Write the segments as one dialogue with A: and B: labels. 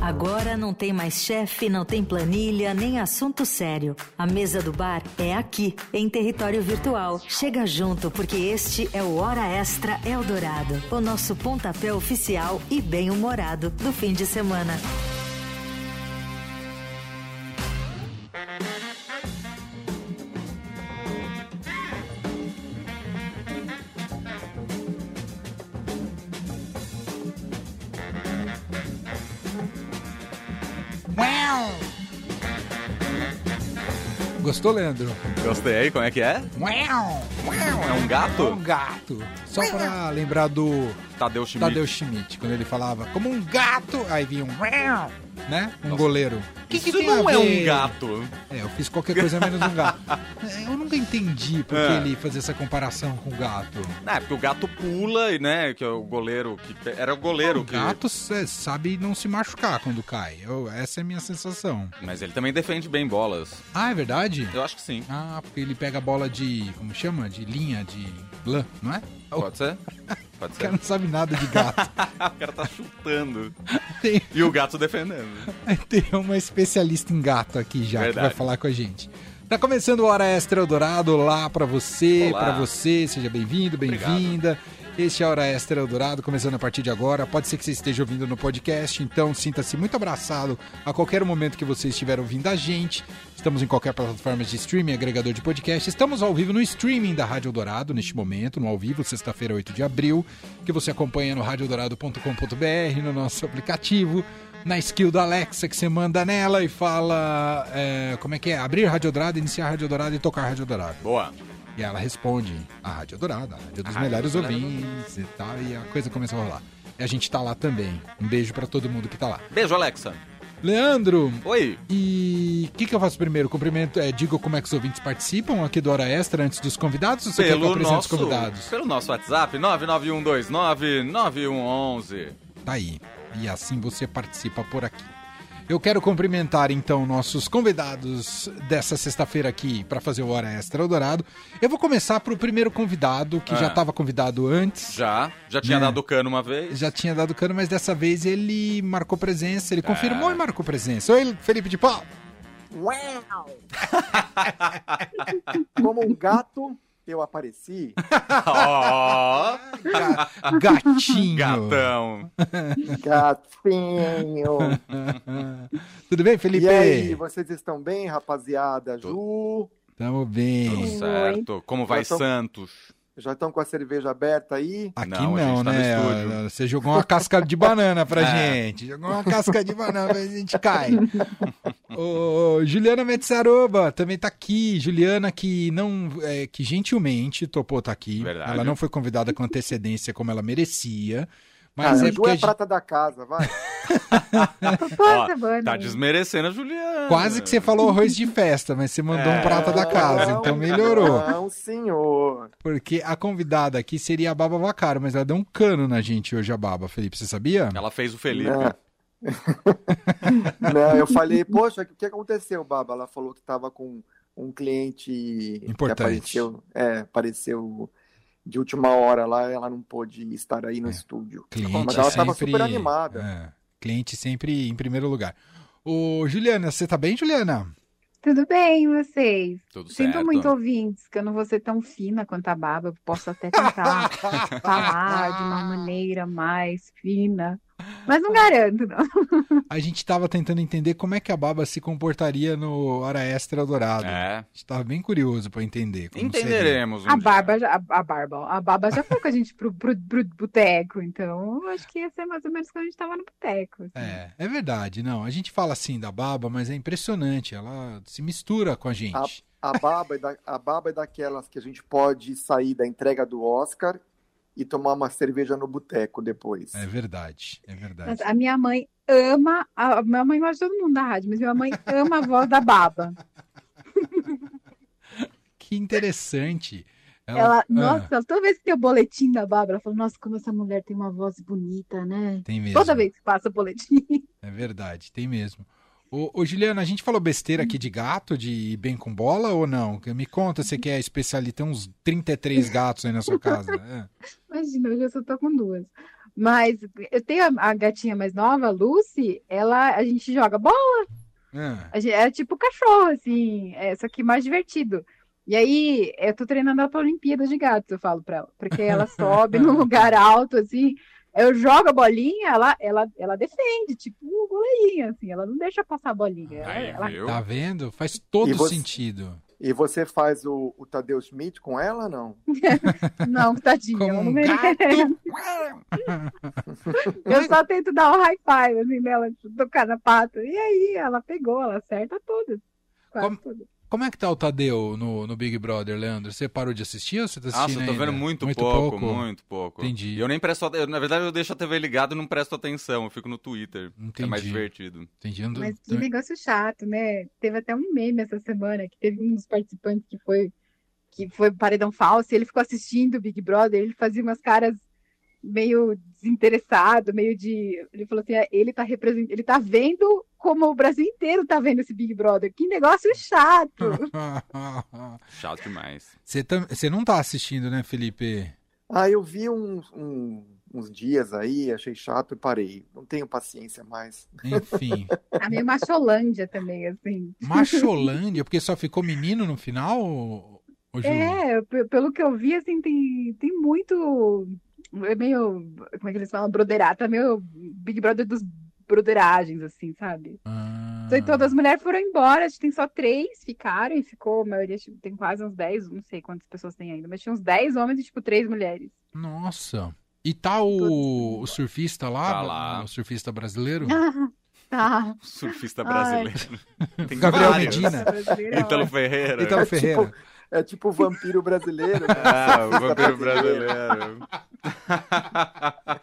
A: Agora não tem mais chefe, não tem planilha, nem assunto sério. A mesa do bar é aqui, em território virtual. Chega junto, porque este é o Hora Extra Eldorado o nosso pontapé oficial e bem-humorado do fim de semana.
B: Gostou, Leandro?
C: Gostei, como é que é? É um
B: É um
C: gato?
B: gato. Só pra lembrar do
C: Tadeu Schmidt.
B: Tadeu Schmidt, quando ele falava como um gato, aí vinha um miau, né? Um goleiro. Que que
C: Isso
B: tem
C: não
B: a
C: é um
B: ver?
C: gato.
B: É, eu fiz qualquer coisa menos um gato. Eu nunca entendi por que
C: É.
B: ele fazia essa comparação com o gato.
C: É, porque o gato pula e, né, que é o goleiro que... pe- Era o goleiro
B: O
C: que...
B: É um gato cê sabe não se machucar quando cai. Eu- essa é a minha sensação.
C: Mas ele também defende bem bolas.
B: Ah, é verdade?
C: Eu acho que sim.
B: Ah, porque ele pega a bola de. como chama? De linha, de lã, não é? O
C: Pode ser? Pode ser.
B: cara não sabe nada de gato.
C: o cara tá chutando.
B: Tem,
C: E o gato defendendo.
B: tem uma especialista em gato aqui já que
C: Verdade.
B: vai falar com a gente. Tá começando o Hora Extra Eldorado. Olá pra você,
C: Olá.
B: pra você. Seja bem-vindo, bem-vinda. Este é a Hora Extra Eldorado, começando a partir de agora. Pode ser que você esteja ouvindo no podcast, então sinta-se muito abraçado a qualquer momento que você estiver ouvindo a gente. Estamos em qualquer plataforma de streaming, agregador de podcast. Estamos ao vivo no streaming da Rádio Eldorado neste momento, no ao vivo, sexta-feira, 8 de abril, que você acompanha no radioeldorado.com.br, no nosso aplicativo, na skill da Alexa que você manda nela e fala é, como é que é? Abrir Rádio Dourado, iniciar Rádio Dourado e tocar Rádio Dourado.
C: Boa.
B: E ela responde, a Rádio Dourada, a rádio dos
C: A
B: melhores
C: Rádio Dourada.
B: ouvintes e tal, e a coisa começa a rolar. E a gente tá lá também. Um beijo pra todo mundo que tá lá.
C: Beijo, Alexa.
B: Leandro,
C: Oi.
B: e o que, que eu faço primeiro? Cumprimento, é, digo como é que os ouvintes participam aqui do Hora Extra antes dos convidados ou você quer que eu
C: Pelo
B: apresente os
C: nosso,
B: convidados?
C: pelo nosso WhatsApp, 991299111.
B: Tá aí. E assim você participa por aqui. Eu quero cumprimentar então nossos convidados dessa sexta-feira aqui para fazer o Hora Extra Eldorado. Eu vou começar pro primeiro convidado, que
C: Ah.
B: já estava convidado antes.
C: Já, já tinha
B: É.
C: dado cano uma vez.
B: Já tinha dado cano, mas dessa vez ele marcou presença, ele confirmou
C: Ah.
B: e marcou presença. Oi, Felipe de Paulo.
D: Uau! Como um gato, eu apareci.
C: Ó,
B: Gatinho.
C: Ah. gatão.
D: Gatinho!
B: Tudo bem, Felipe?
D: E aí, vocês estão bem, rapaziada? Ju,
B: Tamo bem.
C: Tudo certo. Como vai
D: Gatão.
C: Santos?
D: já estão com a cerveja aberta aí?
B: Aqui não,
C: Não, a gente tá no
B: né?
C: estúdio.
B: Você jogou uma casca de banana pra
C: É.
B: gente. Jogou uma casca de banana, pra gente a gente cai. Ô, Juliana Metzaroba também tá aqui. Juliana que não, é, que gentilmente topou tá aqui.
C: Verdade.
B: Ela não foi convidada com antecedência como ela merecia.
D: Mas
B: Mas é
D: a Ju
B: porque
D: é
B: a gente-
D: prata da casa, vai.
C: Ó,
E: semana.
C: tá desmerecendo a Juliana.
B: quase que você falou arroz de festa, mas você mandou
C: É.
B: um prata da casa,
D: Não,
B: então melhorou.
D: Não, senhor.
B: Porque a convidada aqui seria a Baba Vacaro, mas ela deu um cano na gente hoje, a Baba, Felipe, você sabia?
C: Ela fez o Felipe.
E: É.
D: Não. Não, eu falei, poxa, o que aconteceu, Baba? Ela falou que estava com um cliente
B: Importante.
D: que apareceu, é, apareceu de última hora lá, ela não pôde estar
B: É.
D: aí no estúdio.
B: Cliente
D: Mas
B: sempre...
D: ela estava super animada.
B: É, cliente sempre em primeiro lugar. Ô, Juliana, você tá bem, Juliana?
E: Tudo bem, e vocês?
C: Tudo certo.
E: Sinto muito ouvintes, que eu não vou ser tão fina quanto a Baba. Posso até tentar falar de uma maneira mais fina. Mas não garanto, não.
B: A gente tava tentando entender como é que a Baba se comportaria no Hora Extra Dourado. A
C: É.
B: gente tava bem curioso pra entender. como seria.
C: Entenderemos. um
E: A
C: dia.
E: Barba, já- a, a Barba, ó, a Baba já foi com a gente pro, pro, pro boteco, então eu acho que ia ser mais ou menos quando a gente tava no boteco. assim.
B: É, é verdade, não. A gente fala assim da Baba, mas é impressionante. Ela se mistura com a gente.
D: A baba, é da- a baba é daquelas que a gente pode sair da entrega do Oscar e tomar uma cerveja no boteco depois.
B: É verdade, é verdade.
E: Mas a minha mãe ama, a, a minha mãe gosta de todo mundo da rádio, mas minha mãe ama a voz da Baba.
B: Que interessante.
E: Ela,
B: Ah,
E: nossa, toda vez que tem o boletim da Bárbara, ela fala, nossa, como essa mulher tem uma voz bonita, né?
B: tem mesmo.
E: Toda vez que passa o boletim.
B: É verdade, tem mesmo. Ô, ô, Juliana, a gente falou besteira aqui de gato, de ir bem com bola ou não? Me conta, você que é especialista, tem uns 33 gatos aí na sua casa. É.
E: Imagina, hoje eu só tô com duas. Mas eu tenho a, a gatinha mais nova, a Lucy, ela, a gente joga bola,
B: Ah,
E: a gente- é tipo cachorro, assim, é, só que mais divertido. E aí, eu tô treinando ela pra Olimpíada de Gatos, eu falo pra ela, porque ela sobe num lugar alto, assim, eu jogo a bolinha, ela, ela, ela defende, tipo um goleirinho, assim, ela não deixa passar a bolinha, ela,
C: Aí,
E: ela
C: viu?
B: tá vendo? Faz todo
D: E você-
B: sentido.
D: E você faz o, o Tadeu Schmidt com ela, não?
E: Não, tadinha,
B: Como
E: ela
B: um
E: não merece.
B: gato.
E: Eu só tento dar um high five, assim, nela, tocar na pata. E aí, ela pegou, ela acerta todas. Quase
B: Como-
E: todas.
B: Como é que tá o Tadeu no, no Big Brother, Leandro? Você parou de assistir ou você tá
C: Nossa,
B: assistindo
C: eu tô
B: ainda?
C: vendo muito, pouco, muito pouco.
B: Entendi.
C: E eu nem presto atenção. Na verdade, eu deixo a TV ligada e não presto atenção. Eu fico no Twitter.
B: Entendi.
C: É mais divertido.
B: Entendi. Eu não-
E: Mas que
B: também-
E: negócio chato, né? Teve até um meme essa semana que teve um dos participantes que foi que foi paredão falso, e ele ficou assistindo o Big Brother, ele fazia umas caras meio desinteressado, meio de, ele falou assim, "Ah, ele tá represent... ele tá vendo como o Brasil inteiro tá vendo esse Big Brother. Que negócio chato.
C: Chato demais.
B: Você tam- você não tá assistindo, né, Felipe?
D: Ah, eu vi uns, um- uns dias aí, achei chato e parei. Não tenho paciência mais.
B: Enfim.
E: Tá meio macholândia também, assim.
B: Macholândia, porque só ficou menino no final, ô, ô, Ju?
E: É, pe- pelo que eu vi, assim, tem, tem muito. É meio. Como é que eles falam? Broderata, meio Big Brother dos broderagens, assim, sabe?
B: Ah,
E: Então, todas as mulheres foram embora, acho que tem só três ficaram e ficou, a maioria tipo, tem quase uns 10, não sei quantas pessoas tem ainda, mas tinha uns 10 homens e, tipo, três mulheres.
B: Nossa. E tá o, o surfista lá,
C: Tá lá.
B: O surfista brasileiro?
E: Ah, tá.
C: Surfista
E: Ai.
C: brasileiro. Tem
B: Gabriel
C: vários.
B: Medina.
E: Brasileira,
C: Ítalo Ferreira.
B: Ítalo
D: É
B: tá Ferreira.
D: tipo, é tipo o vampiro brasileiro. né?
C: Ah, o
E: tá
C: vampiro brasileiro.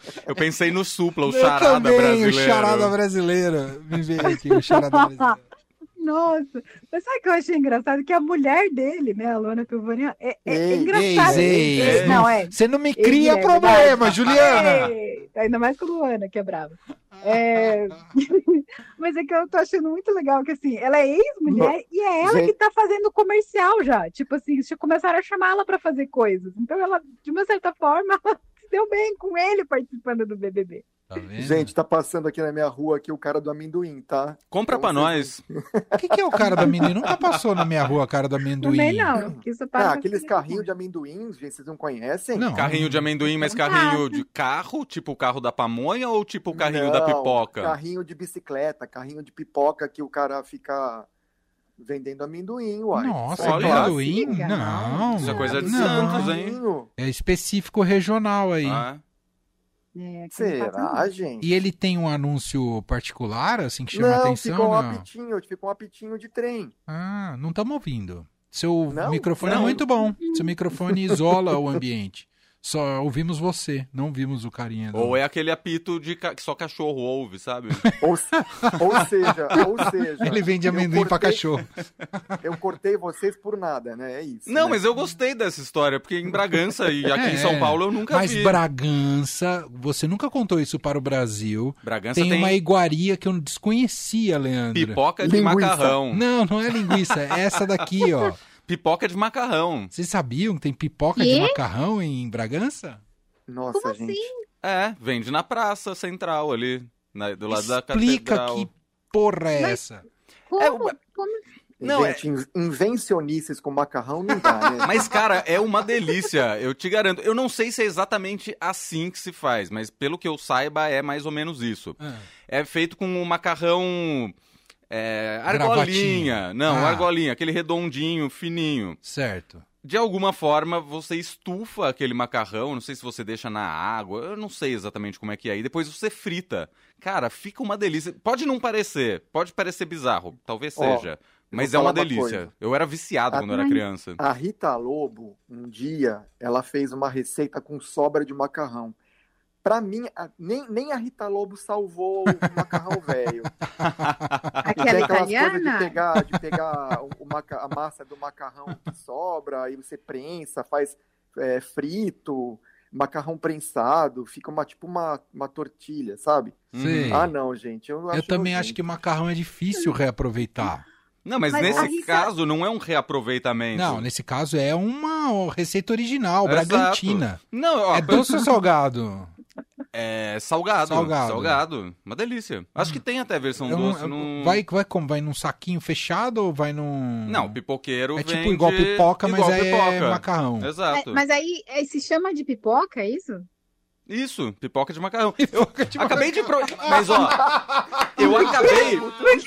C: eu pensei no Supla, o
B: Eu
C: charada
B: também,
C: brasileiro.
B: o charada brasileiro. Me veio aqui, o charada brasileiro.
E: Nossa, mas sabe o que eu achei engraçado? Que a mulher dele, né, a Luana Piovani, é, é- é
D: Ei,
E: engraçado.
B: eis, eis,
E: Não, é,
B: Você não me
E: Ele
B: cria
E: é
B: problema, Juliana.
E: Ei, Ainda mais com a Luana, que é brava. É, Mas é que eu tô achando muito legal que, assim, ela é ex-mulher e é ela
D: Gente.
E: que tá fazendo comercial já. Tipo assim, já começaram a chamá-la pra fazer coisas. Então ela, de uma certa forma, ela se deu bem com ele participando do BBB.
B: Tá
C: É.
B: vendo?
D: Gente, tá passando aqui na minha rua aqui o cara do amendoim, tá?
C: Compra
B: Então
C: pra nós.
B: o que, que é o cara da menina? Nunca passou na minha rua a cara do amendoim.
E: Também não, porque isso
D: Ah,
E: passa
D: aqueles
E: assim,
D: carrinhos de amendoim, gente, vocês não conhecem?
B: Não.
C: Carrinho de amendoim, mas
E: Não dá.
C: carrinho de carro, tipo o carro da pamonha ou tipo o carrinho da
D: Não,
C: pipoca?
D: Carrinho de bicicleta, carrinho de pipoca que o cara fica vendendo amendoim, uai.
B: Nossa,
D: Isso é
C: Olha.
D: clássico.
B: amendoim?
E: Classiga,
B: Não.
E: não.
C: Isso é coisa de
B: não.
C: Santos, hein?
D: Amendoim.
B: É específico regional aí.
C: Ah,
E: É, que não passa
D: Será,
E: nada.
D: gente?
B: E ele tem um anúncio particular, assim, que chama
D: não,
B: atenção?
D: ficou um
B: não?
D: apitinho, ficou um apitinho de trem.
B: Ah, não estamos ouvindo. Seu
D: Não?
B: microfone é
C: Não.
B: muito bom. Seu microfone isola o ambiente. Só ouvimos você, não vimos o carinha. do-
C: Ou é aquele apito de ca- que só cachorro ouve, sabe?
D: Ou, se- ou seja, ou seja.
B: Ele vende
D: eu
B: amendoim pra
D: cortei-
B: cachorro.
D: Eu cortei vocês por nada, né? É isso.
C: Não,
D: né?
C: mas eu gostei dessa história, porque em Bragança e aqui
B: É.
C: em São Paulo eu nunca
B: Mas
C: vi.
B: Bragança, você nunca contou isso para o Brasil.
C: Bragança
B: Tem,
C: tem,
B: uma iguaria que eu não desconhecia, Leandro.
C: pipoca de
D: Linguiça.
C: macarrão.
B: Não, não é linguiça, é essa daqui, ó.
C: Pipoca de macarrão.
B: Vocês sabiam que tem pipoca de
E: Quê?
B: macarrão em Bragança?
D: Nossa,
E: Como
D: gente.
C: É, vende na praça central ali, na- do lado da
B: Explica
C: catedral.
B: que porra é
E: Mas-
B: essa.
C: É,
E: Como?
C: o-
E: Como?
C: Não, é-
D: gente, in- invencionices com macarrão não dá, né?
C: Mas, cara, é uma delícia, eu te garanto. Eu não sei se é exatamente assim que se faz, mas pelo que eu saiba, é mais ou menos isso.
B: Ah.
C: É feito com um macarrão. É, argolinha.
B: Gravatinha.
C: Não,
B: Ah.
C: argolinha, aquele redondinho, fininho.
B: Certo.
C: De alguma forma, você estufa aquele macarrão, não sei se você deixa na água, eu não sei exatamente como é que é, e depois você frita. Cara, fica uma delícia. Pode não parecer, pode parecer bizarro, talvez
D: Ó,
C: seja, mas é
D: vou
C: uma
D: falar uma
C: delícia.
D: coisa.
C: eu era viciado
D: Ah,
C: quando eu era
E: mas-
C: criança.
D: A Rita Lobo, um dia, ela fez uma receita com sobra de macarrão. Pra mim, a- nem, nem a Rita Lobo salvou o macarrão velho.
E: Aquela
D: Tem aquelas coisas de
E: é italiana?
D: pegar, de pegar o- o maca- a massa do macarrão que sobra, aí você prensa, faz é, frito, macarrão prensado, fica uma, tipo uma, uma tortilha, sabe?
B: Sei. Sim.
D: Ah, não, gente. Eu,
B: Eu também acho que macarrão é difícil reaproveitar.
C: Não, mas,
E: Mas
C: nesse
E: a Rita-
C: caso não é um reaproveitamento.
B: Não, nesse caso é uma receita original,
C: Exato.
B: Bragantina.
C: Não, ó,
B: É doce ou salgado?
C: É salgado.
B: Salgado.
C: Salgado. Uma delícia. Acho que tem até a versão
B: É um-
C: doce
B: é-
C: num.
B: Vai, vai como? Vai num saquinho fechado ou vai num.
C: Não, pipoqueiro
B: É tipo
C: vende
B: igual pipoca, mas
C: igual
B: aí é
C: pipoca.
B: macarrão.
E: Mas,
C: Exato.
E: mas aí, aí se chama de pipoca, é isso?
C: Isso, pipoca de macarrão.
B: Pipoca de
C: Acabei de pro... Mas ó, eu acabei.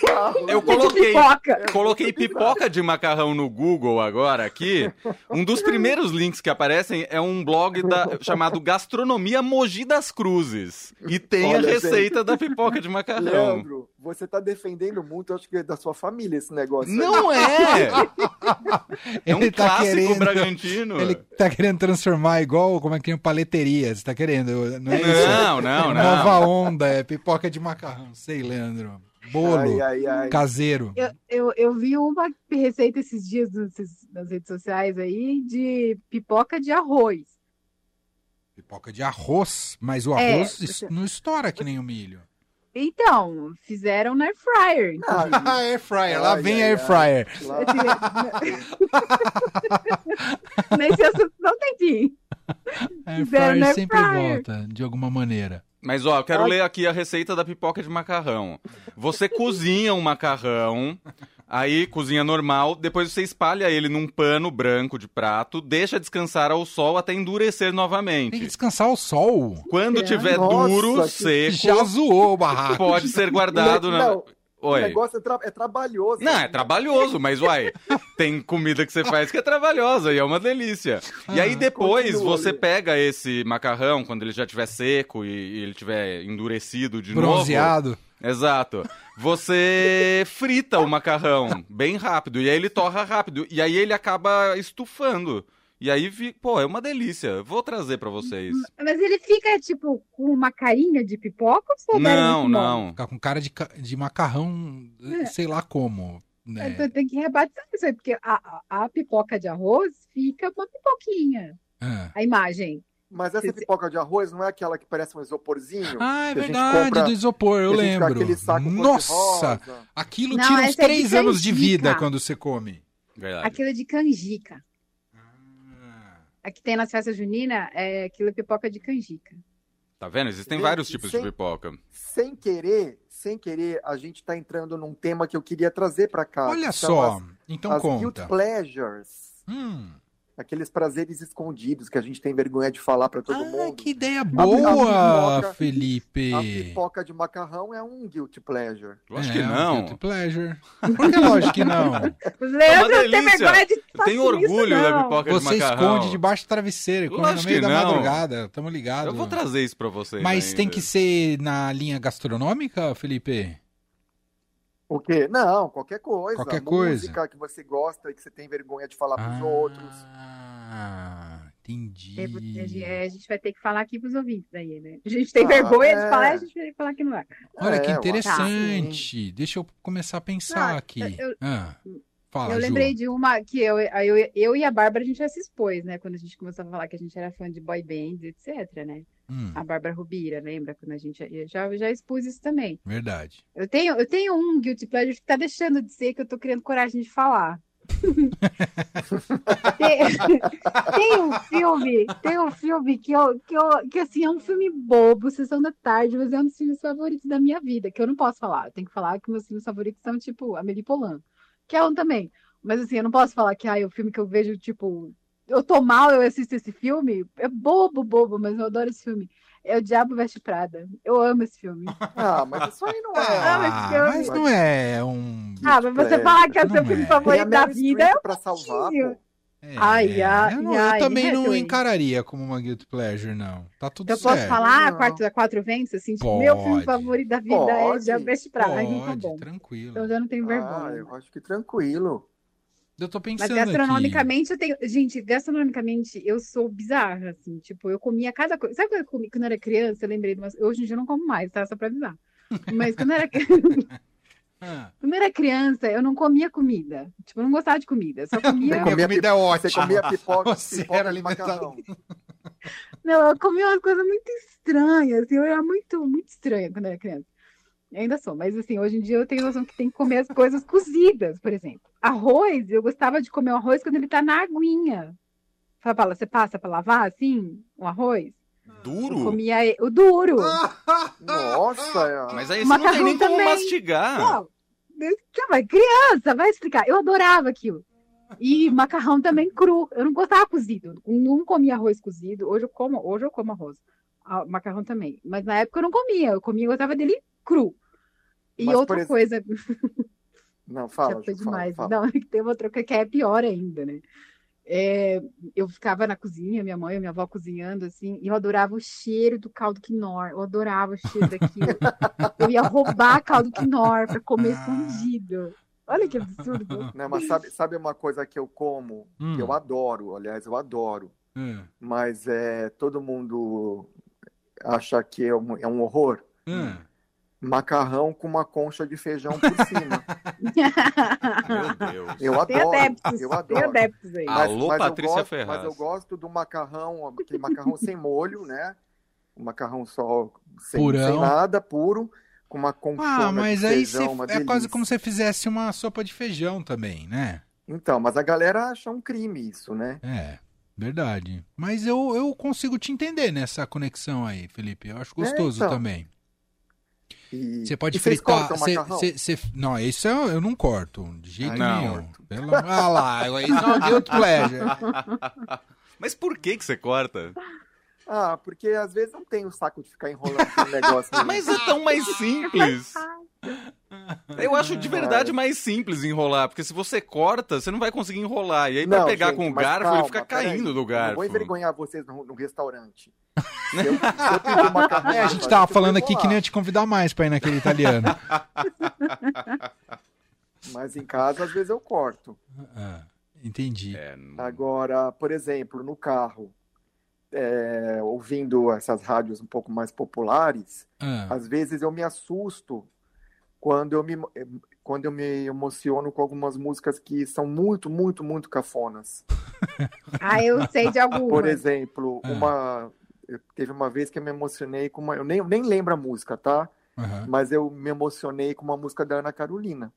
D: Ah,
C: Eu coloquei.
E: é
B: É,
E: Pipoca!
C: Coloquei pipoca de macarrão no Google agora aqui. Um dos primeiros links que aparecem é um blog da- chamado Gastronomia Mogi das Cruzes. E tem a
D: Olha,
C: receita da pipoca de macarrão.
D: Leandro, você tá defendendo muito, acho que é da sua família esse negócio.
C: Não é! É um
B: Ele tá
C: clássico
B: querendo-
C: bragantino.
B: Ele tá querendo transformar igual como é que é paleteria. Você tá querendo? Não é isso?
C: Não, não, não.
B: Nova onda, é pipoca de macarrão. Sei, Leandro. Bolo
D: Ai, ai, ai.
B: caseiro.
E: Eu, eu, eu vi uma receita esses dias nos- nas redes sociais aí de pipoca de arroz.
B: Pipoca de arroz, mas o
E: É,
B: arroz
E: você-
B: es- não estoura que nem o milho.
E: Então, fizeram na air fryer.
D: Ah,
B: air fryer,
D: lá Ai, vem ai, air ai.
B: fryer.
D: claro.
E: Assim, Nesse assunto não tem fim.
B: Air
E: Fizeram
B: fryer
E: na air
B: sempre
E: né, fryer.
B: volta, de alguma maneira.
C: Mas ó, eu quero
E: Olha.
C: ler aqui a receita da pipoca de macarrão. Você cozinha um macarrão, aí cozinha normal, depois você espalha ele num pano branco de prato, deixa descansar ao sol até endurecer
B: Tem que
C: novamente.
B: descansar o sol.
C: Quando
E: É.
C: tiver
D: Nossa,
C: duro,
D: que
C: seco,
B: Já zoou o barraco.
C: pode ser guardado
B: né?
C: na.
D: Não, o
C: Oi.
D: negócio é, tra- é trabalhoso.
C: Não, é trabalhoso, mas uai, tem comida que você faz que é trabalhosa e é uma delícia. E aí
B: Ah,
C: depois
D: continua,
C: você
D: Lê.
C: pega esse macarrão, quando ele já tiver seco e, e ele tiver endurecido de novo.
B: Bronzeado.
C: Exato. Você frita o macarrão bem rápido e aí ele torra rápido e aí ele acaba estufando. E aí, vi- pô, é uma delícia. Vou trazer pra vocês.
E: Mas ele fica, tipo, com uma carinha de pipoca ou só um
C: Não, não.
B: Ficar com cara de, ca- de macarrão, eh,
E: É.
B: sei lá como. né?
E: Então tem que rebatizar isso aí, porque a, a, a pipoca de arroz fica uma pipoquinha,
B: Ah.
E: a imagem.
D: Mas essa pipoca de arroz não é aquela que parece um isoporzinho?
B: Ah, é
D: Que a gente
B: verdade,
D: compra-
B: do isopor, eu
D: Que a gente fica
B: lembro.
D: Aquele saco
B: Nossa,
D: cor-de-rosa.
B: aquilo
E: Não,
B: tira uns
E: essa é de
B: três anos de
E: canjica.
B: vida quando você come.
C: Verdade.
E: Aquilo é de canjica.
D: Ah,
E: A que tem nas festas juninas, é aquilo é pipoca de canjica.
C: Tá vendo? Existem
D: Gente,
C: vários tipos de
D: sem-
C: pipoca.
D: Sem querer, sem querer, a gente tá entrando num tema que eu queria trazer pra cá.
B: Olha
D: que são
B: só,
D: as-
B: então
D: as
B: conta.
D: guilt pleasures.
B: Hum.
D: Aqueles prazeres escondidos que a gente tem vergonha de falar pra todo
B: ah,
D: mundo.
B: que ideia
D: a
B: boa,
D: pipoca-
B: Felipe.
D: A pipoca de macarrão é um guilty pleasure.
C: Eu acho
B: É,
C: que
B: um
C: não.
B: guilty pleasure. Por que lógico que não?
E: Leandro, não tem
C: É delícia.
E: vergonha de
C: Eu tenho
E: fazer isso,
C: orgulho da
E: não.
C: pipoca
B: Você
C: de macarrão.
B: esconde debaixo do travesseiro, e come no
C: Lógico
B: meio da
C: que não.
B: madrugada, tamo ligado.
C: Eu vou trazer isso pra vocês.
B: Mas
C: ainda.
B: tem que ser na linha gastronômica, Felipe?
D: O quê? Não, qualquer coisa.
B: Qualquer
D: Música que você gosta e que você tem vergonha de falar pros outros.
B: Ah, entendi.
E: É, porque a gente vai ter que falar aqui pros ouvintes aí, né? A gente tem
D: Ah,
E: vergonha de
D: é.
E: falar, a gente vai falar que não é.
B: Olha que
D: É, eu acho
B: interessante. Deixa eu começar a pensar
E: Não,
B: aqui.
E: eu-
B: Ah, fala, Ju.
E: eu lembrei de uma que eu, aí eu, eu e a Bárbara, a gente já se expôs, né? Quando a gente começou a falar que a gente era fã de boy bands, etc, né?
B: Hum,
E: A Bárbara Rubira, lembra? Quando a gente... Eu já, eu já expus isso também.
B: verdade.
E: Eu tenho, eu tenho um guilty pleasure que tá deixando de ser, que eu tô criando coragem de falar. tem, tem um filme, tem um filme que eu, que eu, que assim, é um filme bobo, Sessão da Tarde, mas é um dos filmes favoritos da minha vida, que eu não posso falar. Eu tenho que falar que meus filmes favoritos são, tipo, Amélie Polan, que é um também. Mas assim, eu não posso falar que ah, é o filme que eu vejo, tipo, eu tô mal, eu assisto esse filme. É bobo, bobo, mas eu adoro esse filme. É o Diabo Veste Prada. Eu amo esse filme.
D: Ah, mas isso aí não
E: Ah,
D: é.
E: mas
B: Ah,
E: eu-
B: mas não é um.
E: Ah, mas você
D: É,
E: falar que é o seu
B: não
E: filme
B: é.
D: Tem a
E: favorito da
D: Meryl
E: vida,
D: Streep pra salvar,
E: pouquinho.
D: pô.
B: É,
E: Ai, ai,
B: eu não-
E: ai,
B: eu também não
E: Hathaway.
B: encararia como uma guilty pleasure, não. Tá tudo
E: eu posso
B: certo.
E: falar
D: Não.
E: quarto da quatro ventos, assim, tipo, meu filme
B: Pode.
E: favorito da vida é
D: Pode.
E: de Best Prada. Ai, então tá
B: Pode,
E: bom.
B: tranquilo.
E: Então eu já não tenho vergonha.
D: Ah, eu acho que tranquilo.
B: Eu tô
E: Mas
B: pensando aqui.
E: gastronomicamente eu tenho. Gente, gastronomicamente eu sou bizarra, assim. Tipo, eu comia cada coisa. Sabe quando eu comi quando eu era criança? Eu lembrei de umas. Hoje em dia eu não como mais, tá? Só pra avisar. Mas quando eu era,
B: Ah,
E: quando eu era criança, eu não comia comida. Tipo, eu não gostava de comida. Eu só comia.
B: Minha comida
D: pipo-
B: é
D: Você
B: ótima.
D: comia pipoca,
B: Você era
D: pipoca de
B: alimentado.
D: macarrão.
E: Não, eu comia umas coisas muito estranhas. assim, Eu era muito, muito estranha quando era criança. Eu ainda sou, mas assim, hoje em dia eu tenho noção que tem que comer as coisas cozidas, por exemplo. Arroz, eu gostava de comer o arroz quando ele tá na aguinha. Fala, Paula, você passa pra lavar assim, o arroz? Eu
C: Duro?
E: comia e- o duro.
B: Ah, Hum,
D: Nossa! é.
C: Mas aí
E: O
C: você não tem
E: macarrão
C: nem como
E: também.
C: mastigar.
D: Ah.
E: Não, tá, mas criança, vai explicar. Eu adorava aquilo. E macarrão também cru. Eu não gostava cozido. Não comia arroz cozido. Hoje eu como, hoje eu como arroz. Ah, macarrão também. Mas na época eu não comia. Eu comia, eu gostava dele cru. E
D: Mas, por
E: outra
D: exemplo,
E: coisa,
D: Não, fala.
E: já foi
D: Ju, fala,
E: demais.
D: fala.
E: Não, é que tem outra coisa que é pior ainda, né? É, eu ficava na cozinha, minha mãe, minha avó cozinhando, assim, e eu adorava o cheiro do caldo quinor. Eu adorava o cheiro daquilo. Eu ia roubar caldo quinor pra
D: Ah.
E: comer escondido. Olha que absurdo.
D: Não, mas sabe, sabe uma coisa que eu como?
B: Hum.
D: Que eu adoro, aliás, eu adoro.
B: É.
D: Mas é, todo mundo acha que é um, é um horror.
B: É.
D: Macarrão com uma concha de feijão por cima.
C: Meu Deus.
D: Eu
E: Tem
D: adoro.
E: adeptos,
D: eu
E: tem
D: adoro.
E: adeptos aí.
C: Ah, Alô,
D: eu
C: Patrícia
D: gosto-
C: Ferraz.
D: Mas eu gosto do macarrão, aquele macarrão sem molho, né? O macarrão só sem,
B: Purão.
D: sem nada, puro, com uma conchona
B: Ah, mas
D: um de
B: aí
D: feijão, uma
B: cê- é quase
D: delícia.
B: como se você fizesse uma sopa de feijão também, né?
D: Então, mas a galera acha um crime isso, né?
B: É, verdade. Mas eu, eu consigo te entender nessa conexão aí, Felipe. Eu acho gostoso
D: É, então.
B: também.
D: E-
B: Você pode
D: e vocês
B: fritar.
D: cortam
B: cê-
D: macarrão?
B: cê- cê- não, isso eu, eu não corto, de jeito
C: Ah, não.
B: nenhum. Pelo... Ah lá, isso é um guilt pleasure.
C: Mas por que que você corta?
D: Ah, porque às vezes não tem o saco de ficar enrolando aquele negócio. ali.
C: Mas é tão mais simples. Eu acho de verdade mais simples enrolar, porque se você corta, você não vai conseguir enrolar. E aí pra
D: Não,
C: pegar
D: gente,
C: com o
D: mas
C: garfo, ele
D: calma,
C: fica
D: peraí.
C: caindo do
D: Eu
C: garfo.
D: não vou envergonhar vocês no, no restaurante. Se eu, se eu pedir um macarrão,
B: É, a gente
D: eu
B: tava
D: vou
B: falando aqui
D: enrolar.
B: que nem ia te convidar mais pra ir naquele italiano.
D: Mas em casa, às vezes eu corto.
B: Ah, entendi.
C: É, não-
D: Tá, Agora, por exemplo, no carro, é, ouvindo essas rádios um pouco mais populares,
B: Ah,
D: às vezes eu me assusto quando eu me, quando eu me emociono com algumas músicas que são muito, muito, muito cafonas.
E: Ah, eu sei de
D: Por
E: algumas.
D: exemplo,
B: Ah.
D: uma. eu- Teve uma vez que eu me emocionei com uma. Eu nem, eu nem lembro a música, tá?
B: aham.
D: Mas eu me emocionei com uma música da Ana Carolina.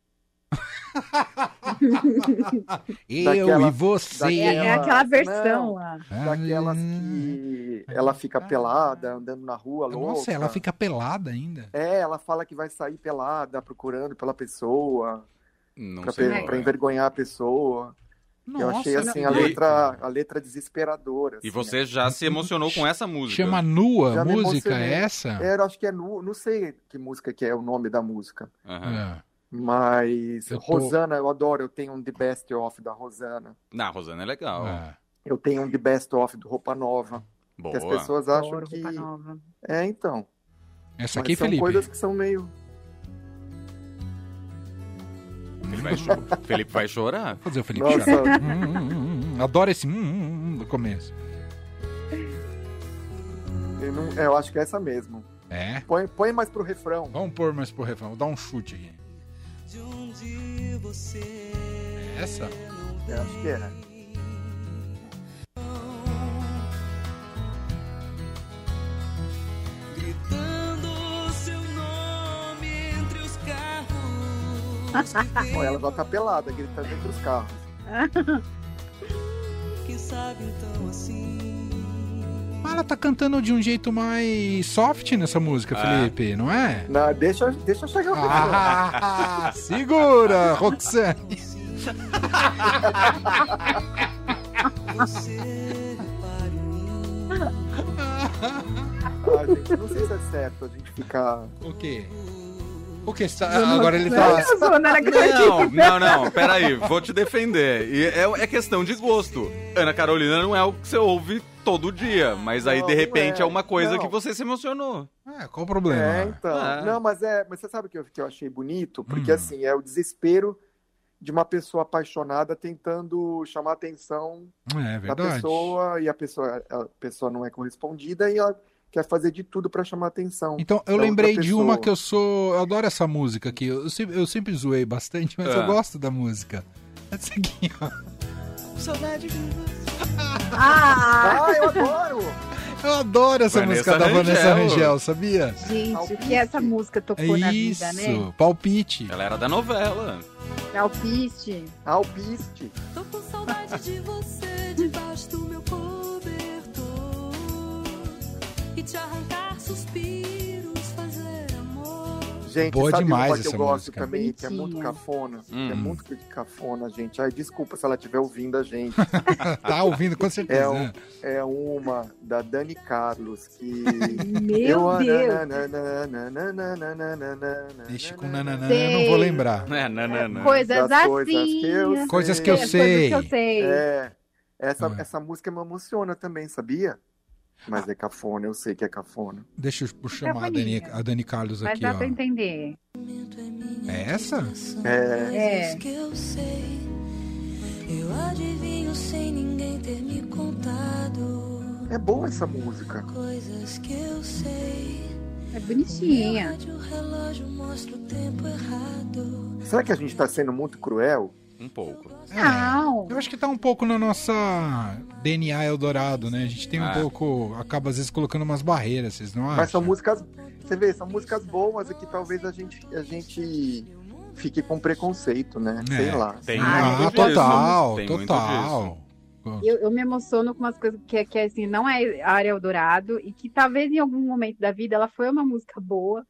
B: eu
D: daquela-
B: e você.
E: É, é
D: daquela-
E: aquela
D: Ah, Não.
E: versão lá.
D: Daquelas que ela fica
B: Ah.
D: pelada, andando na rua, louca.
B: Nossa, ela fica pelada ainda.
D: É, ela fala que vai sair pelada, procurando pela pessoa,
C: não
D: pra,
C: sei
D: pe-
C: qual
D: pra
C: é.
D: envergonhar a pessoa. eu achei assim a
C: E aí-
D: letra, a letra desesperadora.
C: E
D: assim,
C: você já se emocionou com essa música.
B: Chama nua
D: Já me
B: música
D: emocionei.
B: é essa?
D: É, eu acho que é nu, não sei que música que é o nome da música,
C: Aham.
B: Ah,
D: mas
B: Eu tô-
D: Rosana eu adoro, eu tenho um The Best Of da Rosana,
C: Não, Rosana é legal.
B: ah.
D: eu tenho um The Best Of do Roupa Nova, que
C: Boa.
D: as pessoas acham
E: Adoro,
D: que
E: roupa nova.
D: é então.
B: Essa
D: Mas
B: aqui, é
D: são
B: Felipe.
D: coisas que são meio
C: Ele vai cho- Felipe vai chorar.
B: Fazer o Felipe
D: nossa,
B: chorar. Hum, hum, hum, hum. Adoro esse hum, hum, hum do começo.
D: eu, não- é, eu acho que é essa mesmo.
B: É.
D: Põe, põe mais pro refrão.
B: Vamos pôr mais pro refrão. Vou dar um chute aqui.
F: de onde você
B: É essa?
D: Eu acho que é.
F: gritando seu nome entre os carros
D: Ó, ela já tá pelada, gritando entre os carros.
F: que sabe então assim
B: Mas ela tá cantando de um jeito mais soft nessa música,
C: Ah.
B: Felipe, não é?
D: Não, deixa, deixa eu chegar ao refrão.
B: Ah, segura, Roxane.
F: você para mim
D: Ah, gente, não sei se é certo a gente ficar.
B: O quê? O que está. Agora ele tá.
E: Olha, Zona, era grande.
C: Não, não, não. Peraí, vou te defender. E é, é questão de gosto. Ana Carolina não é o que você ouve todo dia, mas aí
D: Não,
C: de
D: não
C: repente é,
D: é.
C: uma coisa
D: Não.
C: que você se emocionou.
B: Ah, qual o
D: É,
B: problema?
D: então.
C: Ah.
D: Não, mas é. Mas você sabe o que eu, que eu achei bonito? Porque
B: Hum.
D: assim, é o desespero de uma pessoa apaixonada tentando chamar a atenção
B: É,
D: da
B: verdade.
D: pessoa e a pessoa, a pessoa não é correspondida e ela quer fazer de tudo pra chamar a atenção.
B: Então, eu
D: da
B: lembrei
D: É outra
B: de uma
D: pessoa.
B: que eu sou. Eu adoro essa música aqui. Eu, se- eu sempre zoei bastante, mas
C: Ah.
D: É.
B: eu gosto da música. Essa aqui, ó.
F: saudade de você
E: Ah,
D: Ah, eu adoro!
B: Eu adoro essa
C: Vanessa
B: música da Vanessa
C: Rangel.
B: Rangel, sabia?
E: gente, o que essa música
B: É
E: tocou na
B: isso.
E: vida, né?
B: Palpite.
C: Ela era da novela.
E: Alpiste.
D: Alpiste.
F: tô com saudade de você debaixo do meu cobertor noite arrancar suspiros, fazer amor.
D: Gente,
B: Boa
D: sabe
B: demais
D: uma que eu
B: essa
D: gosto
B: música.
D: também, que é muito
E: Bonitinha.
D: cafona? Que é
C: Hum.
D: muito de cafona, gente. Ai, desculpa se ela estiver ouvindo a gente.
B: Tá ouvindo, com certeza.
D: É um-
B: né?
D: É uma da Dani Carlos, que...
E: Meu
D: Eu-
E: Deus.
B: Deixa com nananã, eu não vou
E: Sei.
B: lembrar.
C: É, não, não, não.
E: Coisas
D: Das coisas
E: assim.
D: que eu sei.
B: Coisas que eu
E: Coisas
B: sei.
E: que eu sei.
D: É, essa,
B: Ah.
D: essa música me emociona também, sabia? Mas é cafona, eu sei que é cafona.
B: Deixa eu chamar a Dani,
E: Cafoninha.
B: a Dani Carlos
E: Mas
B: aqui,
E: dá pra
B: ó.
E: entender.
F: Momento é minha
B: É essa?
F: indignação,
D: É.
F: coisas que eu sei. Eu adivinho sem ninguém ter me contado.
D: É boa essa música.
F: Coisas que eu sei.
E: É
F: O
E: bonitinha.
F: rádio, o relógio mostra o tempo errado.
D: Será que a gente tá sendo muito cruel?
C: Um pouco.
E: Não.
B: Eu acho que tá um pouco na nossa DNA Eldorado, né? A gente tem um
C: Ah.
B: pouco. Acaba às vezes colocando umas barreiras, vocês não acham?
D: Mas são músicas. Você vê, são músicas boas e que talvez a gente, a gente fique com preconceito, né?
B: É.
D: Sei lá.
C: Tem
E: Ah,
B: Ah,
C: muito disso.
B: total,
C: Tem muito
B: total.
E: Eu, eu me emociono com umas coisas que, que assim, não é a área Eldorado e que talvez em algum momento da vida ela foi uma música boa,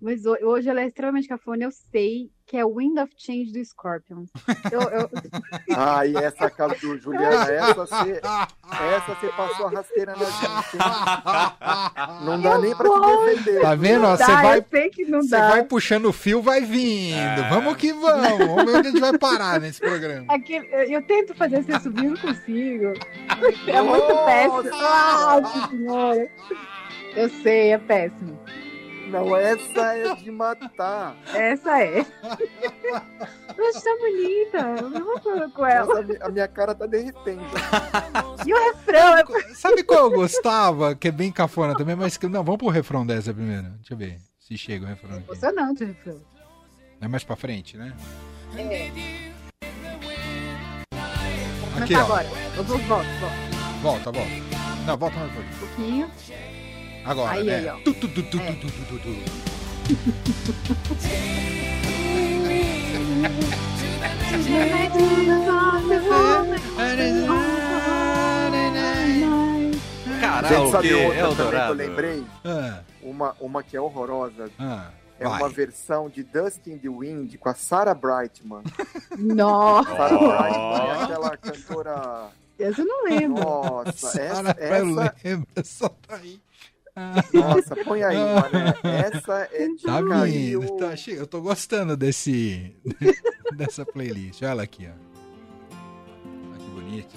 E: mas ho- hoje ela é extremamente cafona, eu sei que é Wind of Change do Scorpions. Eu, eu-
B: Tá
D: Ah, e essa casa do Juliana, essa você, essa você passou a rasteira na gente. hein? Não dá nem pra te defender.
B: Tá vendo? ó?
E: dá,
B: Você vai,
E: eu sei que não
B: você
E: dá.
B: vai puxando o fio, vai vindo.
C: É.
B: Vamos que vamos. Vamos ver onde a gente vai parar nesse programa.
E: Aqui, É eu, eu tento fazer você subir, não consigo. É muito péssimo. Nossa senhora. Eu sei, é péssimo.
D: Não, essa é de matar.
E: Essa é. Eu acho tão bonita. Eu não vou falar com ela.
D: Nossa, a mi- a minha cara tá derretendo.
E: E o refrão é
B: Sabe qual eu gostava? Que é bem cafona também, mas que. Não, vamos pro refrão dessa primeiro. Deixa eu ver se chega o refrão aqui.
E: emocionante, o refrão.
B: É mais pra frente, né?
E: É. Mas
B: Aqui,
E: tá
B: ó.
E: agora. Eu vou, volto, volto.
B: Volta, volta. Não, volta mais um pouquinho.
E: Um pouquinho.
B: Agora,
E: Aí,
B: né?
E: aí, ó. É.
B: Tu, tu, tu, tu, tu, tu, tu, tu. Ah, né,
D: Gente,
C: Karaokê
D: sabe outra também que eu
C: Eldorado.
D: lembrei?
B: Ah,
D: Uma, uma que é horrorosa.
B: ah,
D: É
B: vai.
D: uma versão de Dust in the Wind com a Sarah Brightman.
E: Nossa,
D: Sarah
C: Oh.
D: Brightman é aquela cantora.
E: essa eu não lembro.
D: Nossa,
B: Sara,
D: essa,
B: eu
D: essa,
B: lembro, só tá aí.
D: nossa, põe aí, mané. Essa é de
B: Tá
D: cair
B: vindo,
D: o-
B: tá cheio. Eu tô gostando desse dessa playlist. Olha ela aqui, ó. Olha que bonito.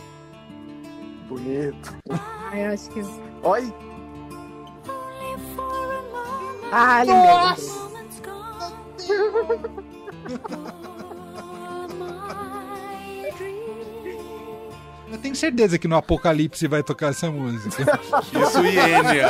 D: bonito.
E: Ai, eu acho que.
D: Olha,
E: Ah, lembrei.
B: Eu tenho certeza que no Apocalipse vai tocar essa música.
C: Isso e Enya.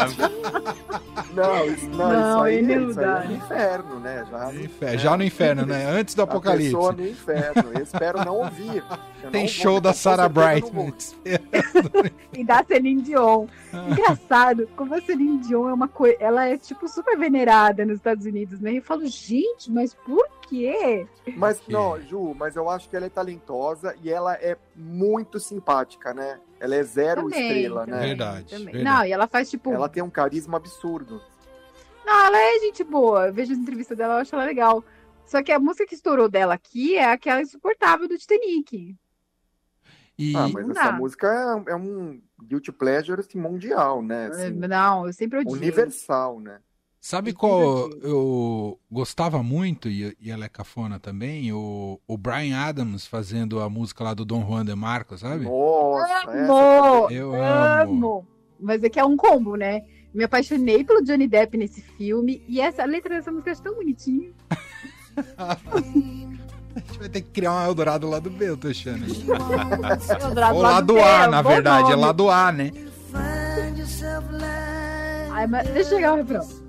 D: não, isso, não,
E: Não,
D: isso aí,
E: ele não
D: isso aí
E: dá.
D: é no inferno, né? Já
B: No infer- Já no inferno, né? Antes do
D: A pessoa
B: Apocalipse.
D: no inferno. Eu espero não ouvir. Eu não
B: Tem
D: vou,
B: show da
D: então, com
B: Sarah
D: certeza eu não
B: Brightman.
D: vou.
E: E da Celine Dion.
B: Ah.
E: Engraçado, como a Celine Dion é uma coisa. Ela é, tipo, super venerada nos Estados Unidos, né? E eu falo, gente, mas por quê?
D: Mas,
B: Ok.
D: não, Ju, mas eu acho que ela é talentosa e ela é muito simpática, né? Ela é zero
E: Também,
D: estrela,
E: também,
D: né?
B: Verdade,
E: também.
B: verdade.
E: Não, e ela faz, tipo.
D: Ela tem um carisma absurdo.
E: Não, ela é gente boa. Eu vejo as entrevistas dela, eu acho ela legal. Só que a música que estourou dela aqui é aquela insuportável do Titanic.
B: E
D: ah, mas
E: não
D: essa
E: dá.
D: música é, é um guilty pleasure assim, mundial,
E: É
D: né? Assim,
E: Não, eu sempre odiei.
D: universal, né?
B: Sabe
E: Entendo
B: qual
E: que-
B: eu gostava muito, e, e ela é cafona também? O, o Brian Adams fazendo a música lá do Don Juan de Marco, sabe?
D: Nossa,
E: Ah, Amor,
B: Eu amo.
E: amo. Mas é que é um combo, né? Me apaixonei pelo Johnny Depp nesse filme e essa a letra dessa música é tão bonitinha.
B: A gente vai ter que criar um Eldorado lá do B, eu tô achando.
E: É o lado,
B: Ou lado
E: B,
B: A,
E: é um
B: na
E: bom
B: verdade. É
E: nome.
B: lado A, né?
E: Ai, mas deixa eu chegar o refrão.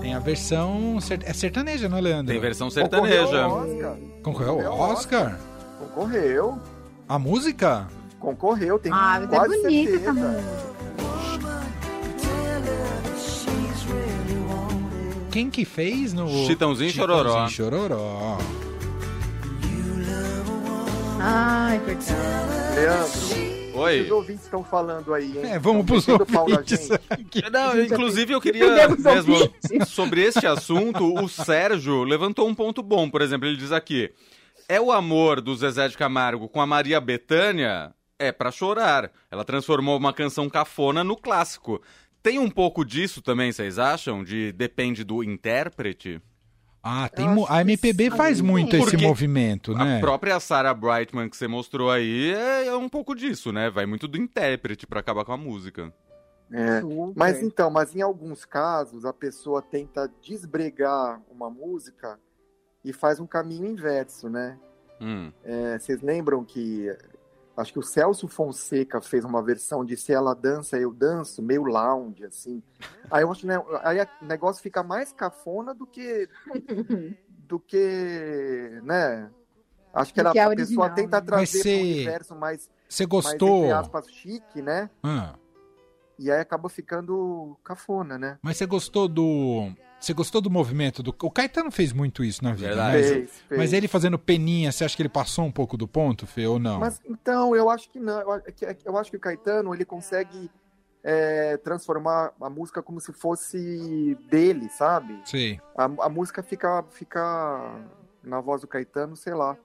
B: Tem a versão. ser- É sertaneja, não, Leandro?
C: Tem versão
D: Concorreu
C: sertaneja.
D: ao Oscar.
B: Concorreu ao Oscar?
D: Concorreu,
B: A música?
D: concorreu, tem
E: Ah, mas é
D: quase
E: bonita
D: certeza.
E: essa música.
B: Quem que fez no.
C: Chitãozinho e
B: Chitãozinho
C: Chororó.
B: e Chororó.
E: Ai, perdão.
D: Leandro,
C: Oi.
D: Os ouvintes estão falando aí, hein?
B: É, vamos
D: Tão
B: pros
D: metendo pau na
B: ouvintes.
D: gente.
C: Não,
E: Gente,
C: inclusive eu queria
E: Perdemos
C: mesmo
E: ouvinte.
C: sobre este assunto, o Sérgio levantou um ponto bom, por exemplo, ele diz aqui: é o amor do Zezé de Camargo com a Maria Bethânia é pra chorar. Ela transformou uma canção cafona no clássico. Tem um pouco disso também, vocês acham? De depende do intérprete?
B: Ah, tem
D: Eu
B: mo-
D: acho
B: a
D: que
B: MPB
D: sim.
B: faz muito esse
C: Porque
B: movimento, né?
C: A própria Sarah Brightman que você mostrou aí é, é um pouco disso, né? Vai muito do intérprete pra acabar com a música.
D: É.
E: Super.
D: Mas então, mas em alguns casos a pessoa tenta desbregar uma música e faz um caminho inverso, né?
C: Hum.
D: É, vocês lembram que acho que o Celso Fonseca fez uma versão de Se Ela Dança, Eu Danço, meio lounge, assim. Aí eu acho que né, aí a- o negócio fica mais cafona do que. do que. né? Acho que,
E: Do
D: ela,
E: que a
D: a pessoa
E: original,
D: tenta
E: né?
D: trazer
B: Mas se-
D: para um universo mais,
B: Você
D: mais,
B: gostou?
D: entre aspas, chique, né?
B: Ah,
D: E aí acaba ficando cafona, né?
B: mas você gostou do. Você gostou do movimento do. O Caetano fez muito isso na vida.
C: Verdade.
B: Né?
D: Fez, fez.
B: Mas ele fazendo peninha, você acha que ele passou um pouco do ponto, Fê, ou não?
D: Mas então, eu acho que não. Eu acho que- é, Eu acho que o Caetano ele consegue é, transformar a música como se fosse dele, sabe?
B: Sei.
D: A, a música fica, fica na voz do Caetano, sei lá.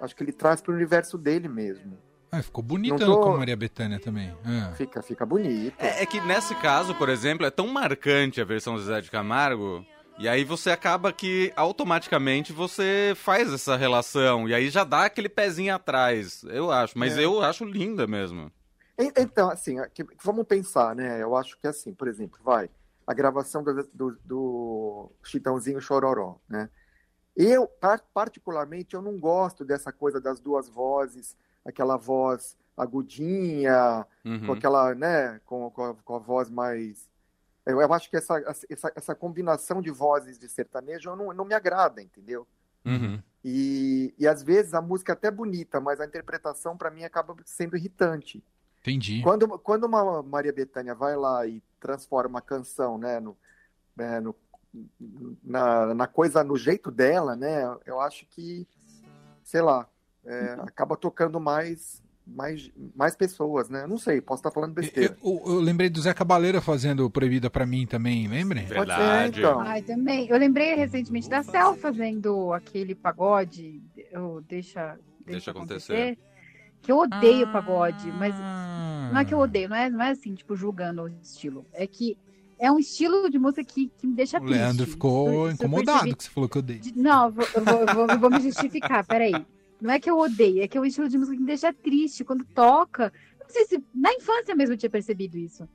D: Acho que ele traz para o universo dele mesmo.
B: Ah, ficou bonitão
D: Não tô-
B: com a Maria Bethânia também. Ah.
D: Fica, fica bonito.
C: É, é que nesse caso, por exemplo, é tão marcante a versão do Zé de Camargo. E aí você acaba que automaticamente você faz essa relação. E aí já dá aquele pezinho atrás, eu acho. Mas
D: É.
C: eu acho linda mesmo.
D: E- Então, assim, aqui- vamos pensar, né? Eu acho que assim, por exemplo, vai, a gravação do, do, do Chitãozinho Chororó, né? Eu, par- particularmente, eu não gosto dessa coisa das duas vozes, aquela voz agudinha,
C: Uhum.
D: com aquela, né, com, com, a, com a voz mais... Eu, eu acho que essa, essa, essa combinação de vozes de sertanejo eu não, não me agrada, entendeu?
C: Uhum.
D: E, e às vezes a música é até bonita, mas a interpretação para mim acaba sendo irritante.
B: Entendi.
D: Quando, quando uma Maria Bethânia vai lá e transforma a canção, né, no, é, no- na, na coisa, no jeito dela, né, eu acho que, sei lá, é,
C: Então.
D: acaba tocando mais, mais, mais pessoas, né? Não sei, posso estar falando
B: Eu,
D: besteira.
B: eu- eu lembrei do Zé Cabaleira fazendo Proibida pra mim também, lembrem?
C: Verdade.
D: Pode ser, então.
E: Ai, também. Eu lembrei recentemente da Cel fazendo aquele pagode, o deixa, deixa,
C: Deixa
E: acontecer.
C: acontecer.
E: Que eu odeio pagode, mas
B: Ah.
E: não é que eu odeio, não é, não é assim, tipo, julgando o estilo. É que é um estilo de música que, que me deixa
B: O
E: triste. Então,
B: Leandro
E: Isso-
B: ficou
E: isso eu
B: incomodado
E: percebi.
B: que você falou que eu odeio.
E: De- Não, eu vou, eu vou- eu vou- eu vou me justificar, peraí. Não é que eu odeio, é que é um estilo de música que me deixa triste quando toca. Não sei se na infância mesmo eu tinha percebido isso.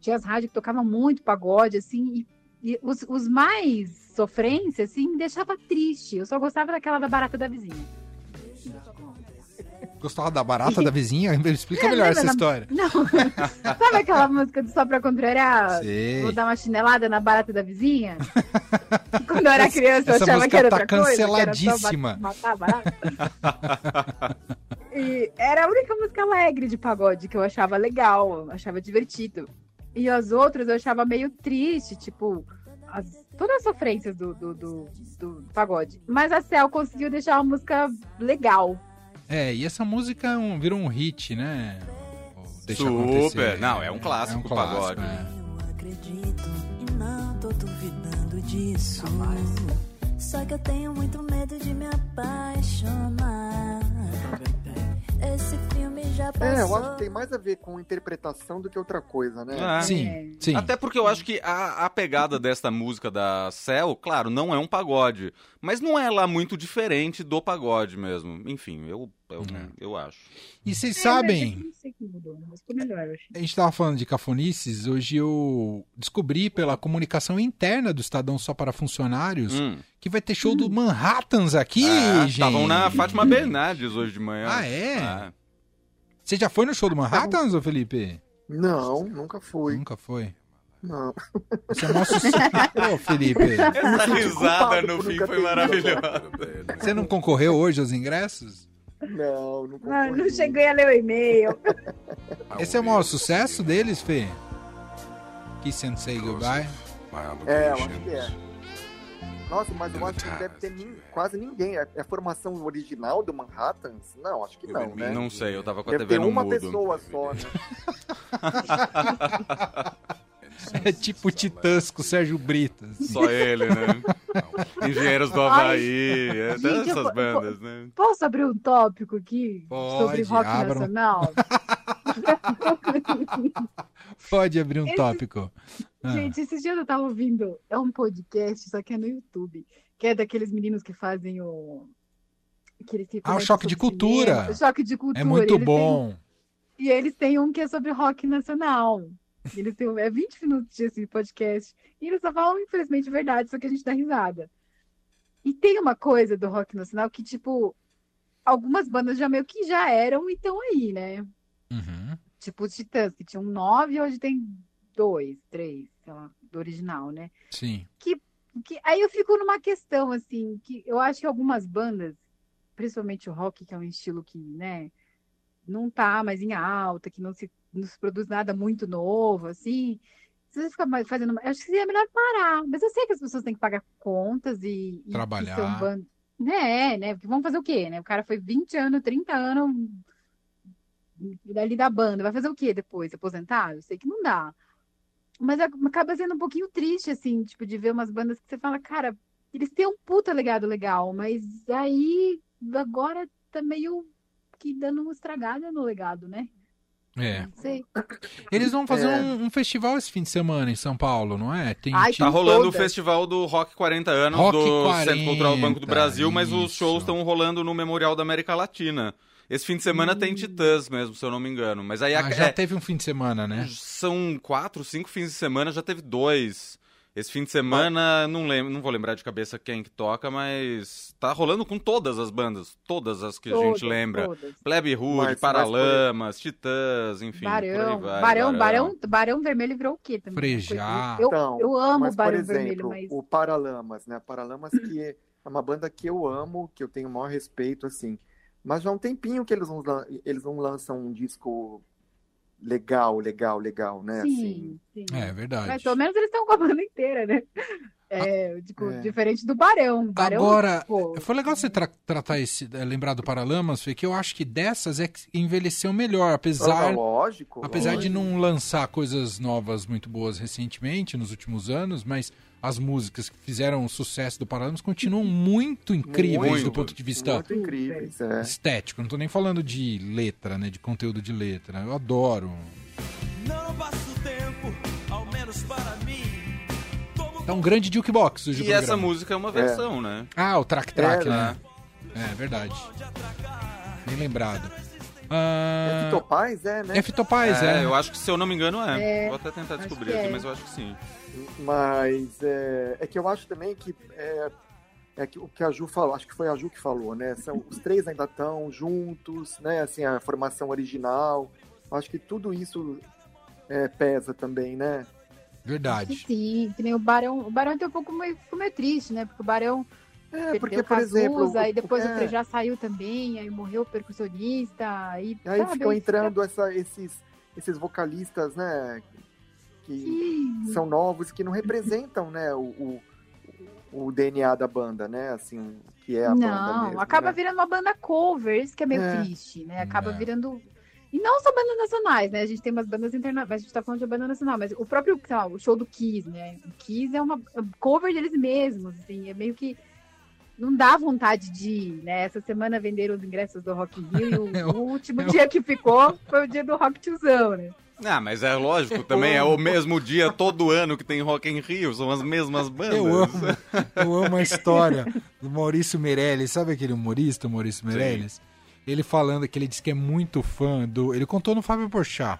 E: Tinha as rádios que tocavam muito pagode, assim, e, e os, os mais sofrência, assim, me deixava triste. Eu só gostava daquela da barata da vizinha.
B: Gostava da barata da vizinha? Explica
E: É,
B: melhor
E: lembra
B: essa
E: da-
B: história.
E: Não, sabe aquela música do Só Pra Contrariar?
B: Sei.
E: Ah, Vou dar uma chinelada na barata da vizinha? Quando eu era criança, eu
B: essa
E: achava
B: música
E: que era
B: tá
E: outra coisa. que era só
B: canceladíssima.
E: ma- Matar a barata. e era a única música alegre de pagode que eu achava legal, eu achava divertido. E as outras eu achava meio triste, tipo, as- todas as sofrências do, do, do- do pagode. Mas a Cel conseguiu deixar uma música legal.
B: É, e essa música é um- virou um hit, né? O Deixa
C: Super.
B: Acontecer. né?
C: Não, é um clássico o pagode.
B: é.
F: Eu acredito e não tô duvidando disso. Só que eu tenho muito medo de me apaixonar. Esse filme já
D: É, eu
F: passou.
D: acho que tem mais a ver com interpretação do que outra coisa, né?
C: Ah.
B: é.
E: É.
B: Sim, sim.
C: Até porque eu acho que a, a pegada desta música da Cell, claro, não é um pagode. Mas não é lá muito diferente do pagode mesmo. Enfim, eu, eu,
B: É.
C: eu acho.
B: E vocês
E: É,
B: sabem,
E: Não sei o que mudou, mas ficou melhor, eu achei.
B: a gente tava falando de cafonices, hoje eu descobri pela comunicação interna do Estadão Só para Funcionários
C: Hum.
B: que vai ter show do Manhattans aqui,
C: Ah,
B: gente.
C: Estavam na Fátima Bernardes hoje de manhã.
B: Ah, é?
C: Ah.
B: Você já foi no show do Manhattans, ô Felipe?
D: Não, nunca fui.
B: Nunca foi.
D: Não.
B: Você é o nosso... Ô, Felipe,
C: Essa
D: senti
C: risada
D: culpado
C: no
D: por
C: fim
D: nunca
C: foi
D: ter
C: maravilhosa.
B: você não concorreu hoje aos ingressos?
D: Não, nunca
E: Ah,
D: fui.
E: não cheguei a ler o e-mail.
C: Ah,
B: Esse é o maior sucesso deles, Fê? Kiss and Say Goodbye.
D: É, eu acho que é. Nossa, mas eu acho que deve ter nin- quase ninguém. É é a formação original do Manhattans? Não, acho que não, né?
C: Não sei, eu tava com a
D: Deve
C: TV
D: ter
C: no
D: uma
C: mudo.
D: pessoa só, né?
B: É tipo Titãs com o Sérgio Brito. assim.
C: Só ele, né? Engenheiros do Havaí, é,
E: Gente, eu
C: essas
E: po-
C: bandas, né?
E: Posso abrir um tópico aqui
B: Pode,
E: sobre rock
B: abra. um-
E: nacional?
B: Pode abrir um
E: Esse-
B: tópico. Ah,
E: Gente, esses dias eu tava ouvindo, é um podcast, só que é no YouTube, que é daqueles meninos que fazem o... Que eles
B: Ah, o
E: comentam
B: Choque de
E: sobre
B: Cultura.
E: cinema. O choque de cultura.
B: é muito
E: eles têm-
B: bom.
E: e eles têm um que é sobre rock nacional. Eles têm, é 20 minutos desse podcast. E eles só falam, infelizmente, verdade, só que a gente dá risada. E tem uma coisa do rock nacional que, tipo, algumas bandas já meio que já eram e estão aí, né?
B: Uhum.
E: Tipo os Titãs, que tinham nove, hoje tem dois, três, sei lá, do original, né?
B: Sim.
E: Que, aí eu fico numa questão, assim, que eu acho que algumas bandas, principalmente o rock, que é um estilo que, né, não tá mais em alta, que não se, não se produz nada muito novo, assim, se você ficar mais fazendo. uma- Eu acho que seria melhor parar. Mas eu sei que as pessoas têm que pagar contas e. e que
B: Trabalhar.
E: são ban- Né, né? Porque vão fazer o quê, né? O cara foi 20 anos, 30 anos dali da banda. Vai fazer o quê depois? Aposentar? Eu sei que não dá. Mas ac- acaba sendo um pouquinho triste, assim, tipo, de ver umas bandas que você fala, cara, eles têm um puta legado legal, mas aí agora tá meio que dando uma estragada no legado, né?
B: É.
E: Não sei.
B: Eles vão fazer
D: É.
B: um, um festival esse fim de semana em São Paulo, não é? Tem
E: Ai,
C: Tá rolando o
E: todas.
C: festival do Rock 40 anos
B: Rock
C: do
B: 40,
C: Centro Cultural Banco do Brasil, mas os
B: isso.
C: shows estão rolando no Memorial da América Latina. Esse fim de semana tem Titãs mesmo, se eu não me engano. Mas aí a-
B: Ah, já
C: é,
B: teve um fim de semana, né?
C: são quatro, cinco fins de semana, já teve dois. Esse fim de semana, não, lembro, não vou lembrar de cabeça quem que toca, mas tá rolando com todas as bandas, todas as que a gente
E: Todas,
C: lembra.
E: todas.
C: Plebe
D: Mas-
C: Rude,
D: mas
C: Paralamas, Titãs, enfim, por aí
E: Barão,
C: vai.
E: Barão, Barão, Barão Vermelho virou o quê também? assim.
B: Frejá.
E: Eu,
D: Então,
E: eu amo
D: mas, por
E: Barão
D: exemplo,
E: Vermelho, mas
D: o Paralamas, né? Paralamas que é uma banda que eu amo, que eu tenho o maior respeito, assim. Mas já há um tempinho que eles não, lan- eles não lançam um disco legal, legal, legal, né?
E: sim, sim.
B: É
E: Mas
B: verdade.
E: pelo menos eles estão com a banda inteira, né? É, tipo,
D: É.
E: diferente do Barão. Barão,
B: Agora,
E: pô,
B: É, Foi legal você tra- tratar esse, eh, lembrar do Paralamas, Fê, que eu acho que dessas é que envelheceu melhor,
D: Assim. Ah,
B: apesar,
D: lógico.
B: apesar de
D: lógico.
B: não lançar coisas novas muito boas recentemente, nos últimos anos, mas as músicas que fizeram o sucesso do Paralamas continuam muito incríveis
C: Muito.
B: do ponto de vista
D: Muito incríveis, é.
B: estético. Não tô nem falando de letra, né, de conteúdo de letra. Eu adoro.
G: Não passo tempo, ao menos para mim. Como
B: Tá um grande jukebox hoje o
C: E essa
B: programa.
C: música é uma versão, né?
B: Ah, o Track Track,
D: É,
B: né? É verdade.
G: de atracar.
B: Bem lembrado.
D: É
B: Ah,
D: Fito Paz, é, né?
B: é Fitopaz,
C: é,
B: é.
C: eu acho que se eu não me engano é. Vou até tentar
E: acho
C: descobrir
E: que
C: aqui,
E: é.
C: mas eu acho que sim.
D: Mas é, é que eu acho também que é, é que o que a Ju falou, acho que foi a Ju que falou, né? São, os três ainda estão juntos, né? Assim, a formação original. Acho que tudo isso é, pesa também, né?
E: que
B: Verdade.
E: sim, que nem o Barão. O Barão tem um pouco meio, ficou meio triste, né? Porque o Barão
D: É, porque,
E: perdeu
D: por
E: Cazuza,
D: exemplo.
E: aí depois o
D: é,
E: Frejá saiu também, aí morreu o percussionista, aí,
D: aí
E: sabe,
D: ficam
E: aí fica-
D: entrando essa- esses, esses vocalistas, né? Que
E: Sim,
D: são novos, que não representam, né? O, o, o DNA da banda, né? Assim, que é a banda
E: Não,
D: mesmo.
E: acaba
D: né?
E: virando uma banda cover, isso que é meio
D: É.
E: triste, né? Acaba
B: É.
E: virando. E não só bandas nacionais, né? A gente tem umas bandas internacionais, a gente tá falando de banda nacional, mas o próprio, sei lá, o show do Kiss, né? O Kiss é uma é um cover deles mesmos, assim, é meio que. Não dá vontade de ir, né? Essa semana venderam os ingressos do Rock in Rio e
B: É
E: o,
B: o-
E: último
B: é o-
E: dia que ficou foi o dia do Rock Tiozão, né?
C: Ah, mas é lógico, também é o mesmo dia todo ano que tem Rock in Rio, são as mesmas bandas.
B: Eu amo, eu amo a história do Maurício Meirelles. Sabe aquele humorista, Maurício Meirelles? Ele falando que ele disse que é muito fã do. Ele contou no Fábio Porchat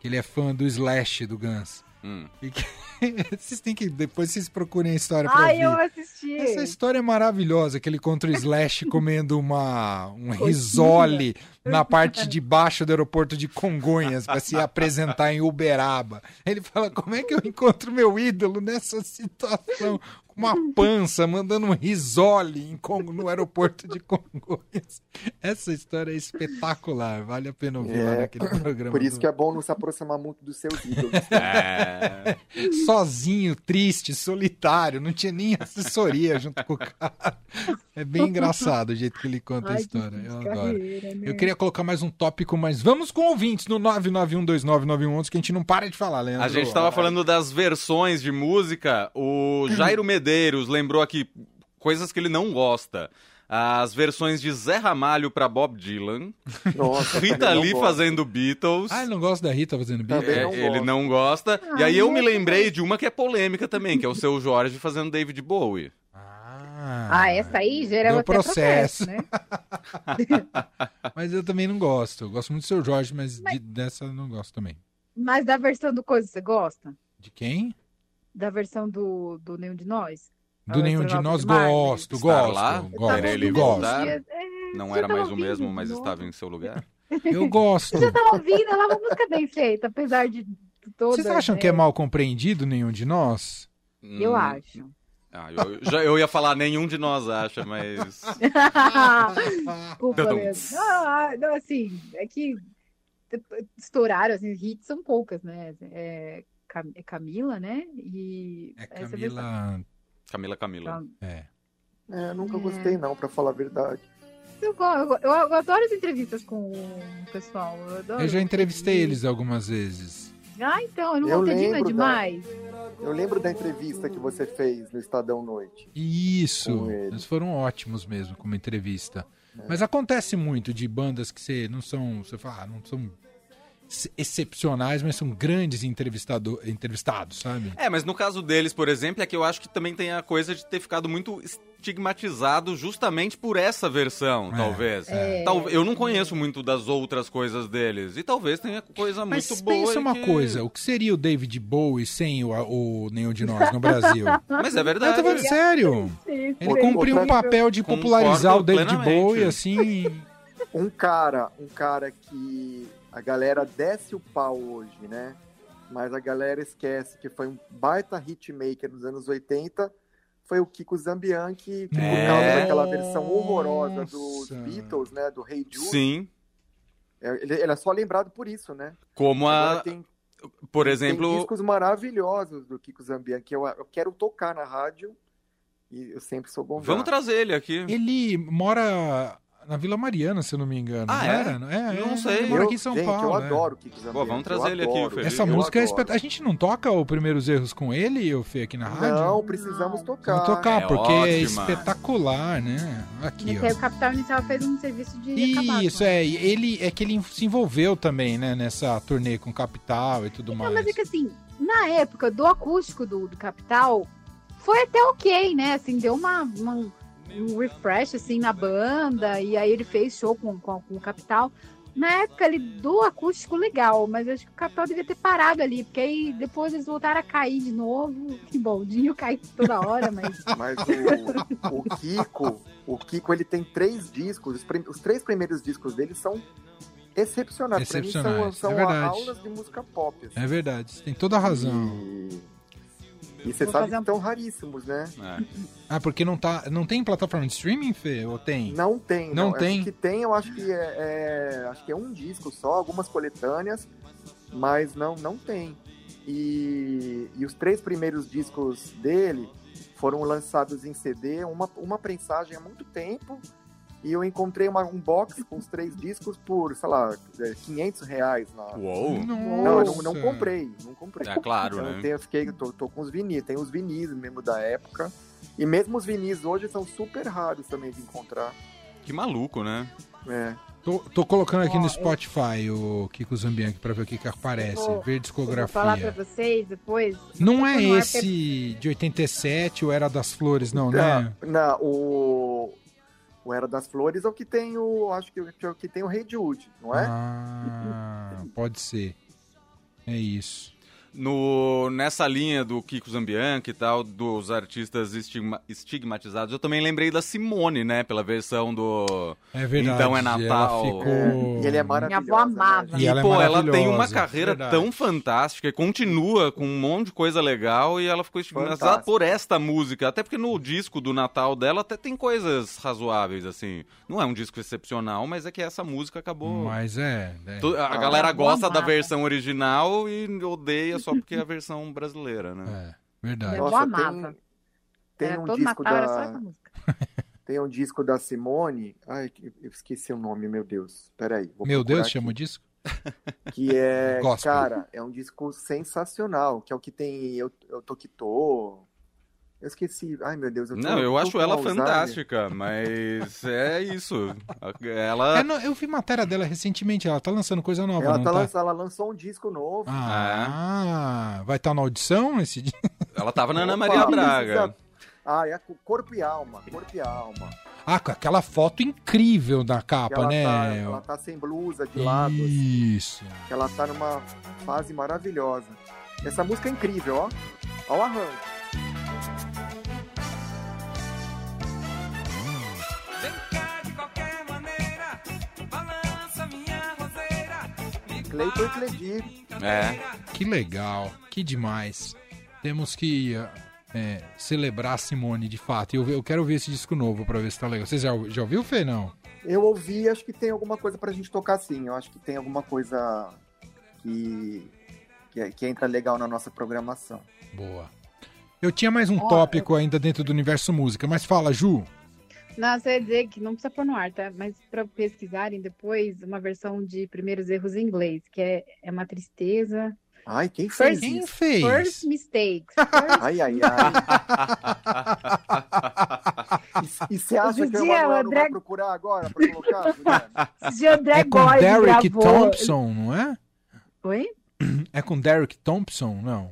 B: que ele é fã do Slash do Guns.
C: Hum.
B: E que... vocês têm que. Depois vocês procurem a história pra
E: Ai,
B: ouvir.
E: eu assisti.
B: Essa história é maravilhosa, que ele contra o Slash comendo uma, um risole na parte de baixo do aeroporto de Congonhas para se apresentar em Uberaba. Ele fala, como é que eu encontro meu ídolo nessa situação? com uma pança mandando um risole em Congo, no aeroporto de Congonhas. Essa história é espetacular, vale a pena ouvir lá
D: É.
B: naquele programa.
D: Por isso
B: do-
D: que é bom não se aproximar muito dos seus ídolos.
C: É.
B: Sozinho, triste, solitário, não tinha nem assessoria junto com o cara. É bem engraçado o jeito que ele conta a
E: Ai, que
B: história, eu adoro.
E: carreira, né?
B: Eu queria colocar mais um tópico, mas vamos com ouvintes no 991299111, que a gente não para de falar, Leandro.
C: A gente tava falando das versões de música. O Jairo Medeiros lembrou aqui coisas que ele não gosta. As versões de Zé Ramalho pra Bob Dylan.
D: Nossa, eu
C: Rita
D: também não
C: Lee
D: gosto.
C: fazendo Beatles.
B: Ah, eu não gosto da Rita fazendo bico.
D: Também
C: É,
D: não
C: ele
D: gosto.
C: não gosta. e aí
E: Ah,
C: eu me
E: eu
C: lembrei de uma que é polêmica também, que é o seu Jorge fazendo David Bowie.
B: Ah,
E: Ah, essa aí gera
B: Deu
E: até processo,
B: processo.
E: né?
B: Mas eu também não gosto. Eu gosto muito do seu Jorge, mas, de- dessa eu não gosto também.
E: Mas da versão do Coisa, você gosta?
B: De quem?
E: Da versão do, do Nenhum de Nós?
B: Do
E: Ah,
B: nenhum
E: Leandro
B: de nós
E: Lopes Marley.
B: gosto,
C: Estar
B: gosto,
C: Tá lá?
E: Tava
B: gosto,
C: Era ele
E: ouvindo
B: gosto.
E: esses
C: voltar?
E: dias, é,
C: Não
E: Você
C: era
E: tá
C: mais o
E: ouvindo
C: mesmo,
E: de
C: mas
E: novo?
C: estava em seu lugar.
B: Eu gosto.
E: Você tá ouvindo? Ela é uma música bem feita, apesar de todas.
B: Vocês acham
E: né?
B: que é mal compreendido nenhum de nós?
E: Eu
C: Hum,
E: acho.
C: ah, eu, já, eu ia falar nenhum de nós acha, mas.
E: Desculpa
C: Dudum.
E: mesmo. Não, ah, não, assim, é que estouraram, assim, hits são poucas, né? É Cam- é Camila, né? E
B: É
E: essa
B: Camila.
C: Camila, Camila.
E: versão-
B: É.
D: É, eu nunca gostei, não, pra falar a verdade.
E: Eu, go- eu, go- eu adoro as entrevistas com o pessoal. Eu, adoro.
B: Eu já entrevistei eles algumas vezes.
E: Ah, então, eu não
D: Eu
E: vou ter Dina
D: lembro da-
E: demais.
D: Eu lembro da entrevista que você fez no Estadão Noite.
B: E Isso,
D: Com ele.
B: eles foram ótimos mesmo como entrevista. Mas acontece muito de bandas que você não são, você fala, ah, não são ex- excepcionais, mas são grandes entrevistado, entrevistados, sabe?
C: É, mas no caso deles, por exemplo, é que eu acho que também tem a coisa de ter ficado muito estigmatizado justamente por essa versão,
B: É,
C: talvez.
E: é.
C: Tal- eu não conheço muito das outras coisas deles. E talvez tenha coisa
B: Mas
C: muito boa.
B: pensa
C: e
B: uma
C: que-
B: coisa, o que seria o David Bowie sem o, o nenhum de nós no Brasil?
C: Mas é
B: Eu tô
C: verdade.
B: falando sério.
E: Sim,
B: Ele
E: sim.
B: cumpriu um
D: Concordo
B: papel de popularizar o David
C: plenamente.
B: Bowie, assim.
D: Um cara, um cara que a galera desce o pau hoje, né? Mas a galera esquece que foi um baita hitmaker nos anos 80. Foi o Kiko Zambian que, por
C: É.
D: causa daquela versão horrorosa dos
B: Nossa.
D: Beatles, né? Do Rei hey Jude.
C: Sim.
D: É, Ele, ele é só lembrado por isso, né?
C: Como
D: Agora
C: a.
D: tem,
C: Por
D: tem
C: exemplo.
D: discos maravilhosos do Kiko Zambian que eu, eu quero tocar na rádio e eu sempre sou bom.
C: Vamos trazer ele aqui.
B: Ele mora na Vila Mariana, se eu não me engano.
C: Ah,
B: não
C: é?
B: era? É,
C: Não
B: é,
C: sei.
B: Ele mora aqui em São
D: gente,
B: Paulo.
D: Eu
B: é.
D: adoro o Kiko Zambian.
C: Pô, vamos
D: eu
C: trazer ele aqui,
D: adoro.
C: Felipe.
B: Essa
C: Eu
B: música é
D: adoro.
B: espetacular. A gente não toca o Primeiros Erros com ele, ô Fê, aqui na rádio?
D: Não, precisamos tocar.
B: Vamos tocar,
C: É
B: porque é
C: ótima.
B: espetacular, né? Aqui,
E: Mas aí o
B: ó.
E: Capital Inicial fez um serviço de acabar
B: Isso,
E: com
B: é. e Ele, é que ele se envolveu também, né? Nessa turnê com Capital e tudo
E: Não,
B: mais.
E: mas é que assim, na época do acústico do, do Capital, foi até ok, né? Assim, deu uma, uma- um refresh, assim, na banda, e aí ele fez show com, com, com o Capital. Na época ele do acústico legal, mas acho que o Capital devia ter parado ali, porque aí depois eles voltaram a cair de novo. Que bondinho cai toda hora, mas.
D: Mas o, o Kiko, o Kiko, ele tem três discos. Os, prim- os três primeiros discos dele são excepcionais. Pra mim, são-
B: Excepcionais,
D: são,
B: é verdade.
D: aulas de música pop. assim.
B: É verdade, você tem toda a razão.
D: E, e você
E: Vou
D: sabe
E: fazer
D: que
E: um-
D: são raríssimos, né?
C: É.
B: Ah, porque não, tá, não tem plataforma de streaming, Fê? Ou tem?
D: Não tem.
B: Não
D: É,
B: tem?
D: O que tem, eu acho que é, é- acho que é um disco só, algumas coletâneas, mas não, não tem. E, e os três primeiros discos dele foram lançados em CD, uma, uma prensagem há muito tempo. E eu encontrei uma- um box com os três discos por, sei lá, é, 500 reais lá.
C: Uou.
D: Não, eu
B: Nossa. Ah,
D: não, não comprei, não comprei.
C: É claro,
D: Eu
C: né?
D: tenho- eu fiquei, eu tô, tô com os vinis, tem os vinis mesmo da época. E mesmo os vinis hoje são super raros também de encontrar.
C: Que maluco, né?
D: É.
B: Tô, tô colocando aqui
E: Ó,
B: no
E: eu-
B: Spotify o Kiko Zambianchi pra ver o que, que aparece.
E: Vou-
B: Ver
E: Vou falar pra
B: discografia.
E: vocês depois.
B: Não é
E: Não é
B: esse de 87, ou Era das Flores, não, né?
D: Não, não, o, o Era das Flores é o que tem o. Acho que, é o que é? tem o Rei Jude, não é?
B: Ah, pode ser. É isso.
C: no, nessa linha do Kiko Zambianchi e tal, dos artistas estigma- estigmatizados, eu também lembrei da Simone, né? Pela versão do.
B: É verdade.
C: Então é
B: ela
C: Natal.
B: Ah, ficou-
D: E ele é
E: Minha
D: maravilhoso.
E: avó amava.
B: E ela é
C: pô, ela tem uma
B: maravilhosa, Hum,
C: carreira
B: verdade.
C: tão fantástica e continua com um monte de coisa legal e ela ficou estigmatizada
D: Fantástico.
C: por esta música. Até porque no disco do Natal dela até tem coisas razoáveis, assim. Não é um disco excepcional, mas é que essa música acabou.
B: Mas é. é.
C: Tu- A
D: Ah,
C: galera
E: eu
C: gosta da
E: amava.
C: versão original e odeia só porque é a versão brasileira, né?
B: É, verdade.
E: Minha avó
D: Nossa, um,
E: amava.
D: Tem, tem
E: Era
D: um
E: É, todo
D: disco
E: Natal, era só
D: da...
E: essa música.
D: Tem um disco da Simone. Ai, que- eu esqueci o nome, meu Deus. Peraí. vou
B: Meu
D: procurar
B: Deus,
D: aqui.
B: chamou disso?
D: Que é,
B: Gospel.
D: cara, é um disco sensacional. Que é o que tem Eu, eu Tô Que Tô. Eu esqueci. Ai, meu Deus. tô-
C: Não, eu
D: tô
C: acho
D: com
C: ela
D: Alzheimer.
C: fantástica, mas é isso. Ela.
B: É, não, eu vi matéria dela recentemente, ela tá lançando coisa nova,
D: Ela,
B: não
D: tá
B: tá?
D: lança- ela lançou um disco novo.
B: Ah,
C: É.
B: vai estar na audição esse dia?
C: Ela tava na Ana
D: Opa,
C: Maria Braga.
D: precisa- Ah, é co- Corpo e Alma. Corpo e Alma.
B: Ah, com aquela foto incrível da
D: Que
B: capa,
D: ela,
B: né?
D: tá, ela tá sem blusa, de lado. assim.
B: Isso.
D: Que Ela tá numa fase maravilhosa. Essa música é incrível, ó. Olha o arranjo.
G: Vem cá de qualquer maneira, balança minha roseira. me
D: Cleiton e
G: bate de
D: Cledir.
C: É.
G: brincadeira.
B: Que legal, que demais. Temos que é, celebrar a Simone de fato. E Eu, eu quero ver esse disco novo pra ver se tá legal. Você já, já ouviu, Fê? Não?
D: Eu ouvi, acho que tem alguma coisa pra gente tocar sim. Eu acho que tem alguma coisa que, que, é, que entra legal na nossa programação.
B: Boa. Eu tinha mais um
E: Ó,
B: tópico ainda dentro do universo música, mas fala, Ju.
E: Não, você ia dizer que não precisa pôr no ar, tá? Mas para pesquisarem depois uma versão de primeiros erros em inglês, que é, é uma tristeza.
D: Ai, quem fez
E: First-
B: Quem
D: isso?
B: fez?
E: First mistakes. First...
D: Ai, ai, ai. E você acha que o
E: Judia,
D: Emanuel
E: o
D: não
E: André-
D: vai procurar agora pra colocar, Juliana?
E: Esse dia o André
B: É com
E: Góes
B: Derek
E: gravou-
B: Thompson, não é?
E: Oi?
B: É com Derek Thompson, não?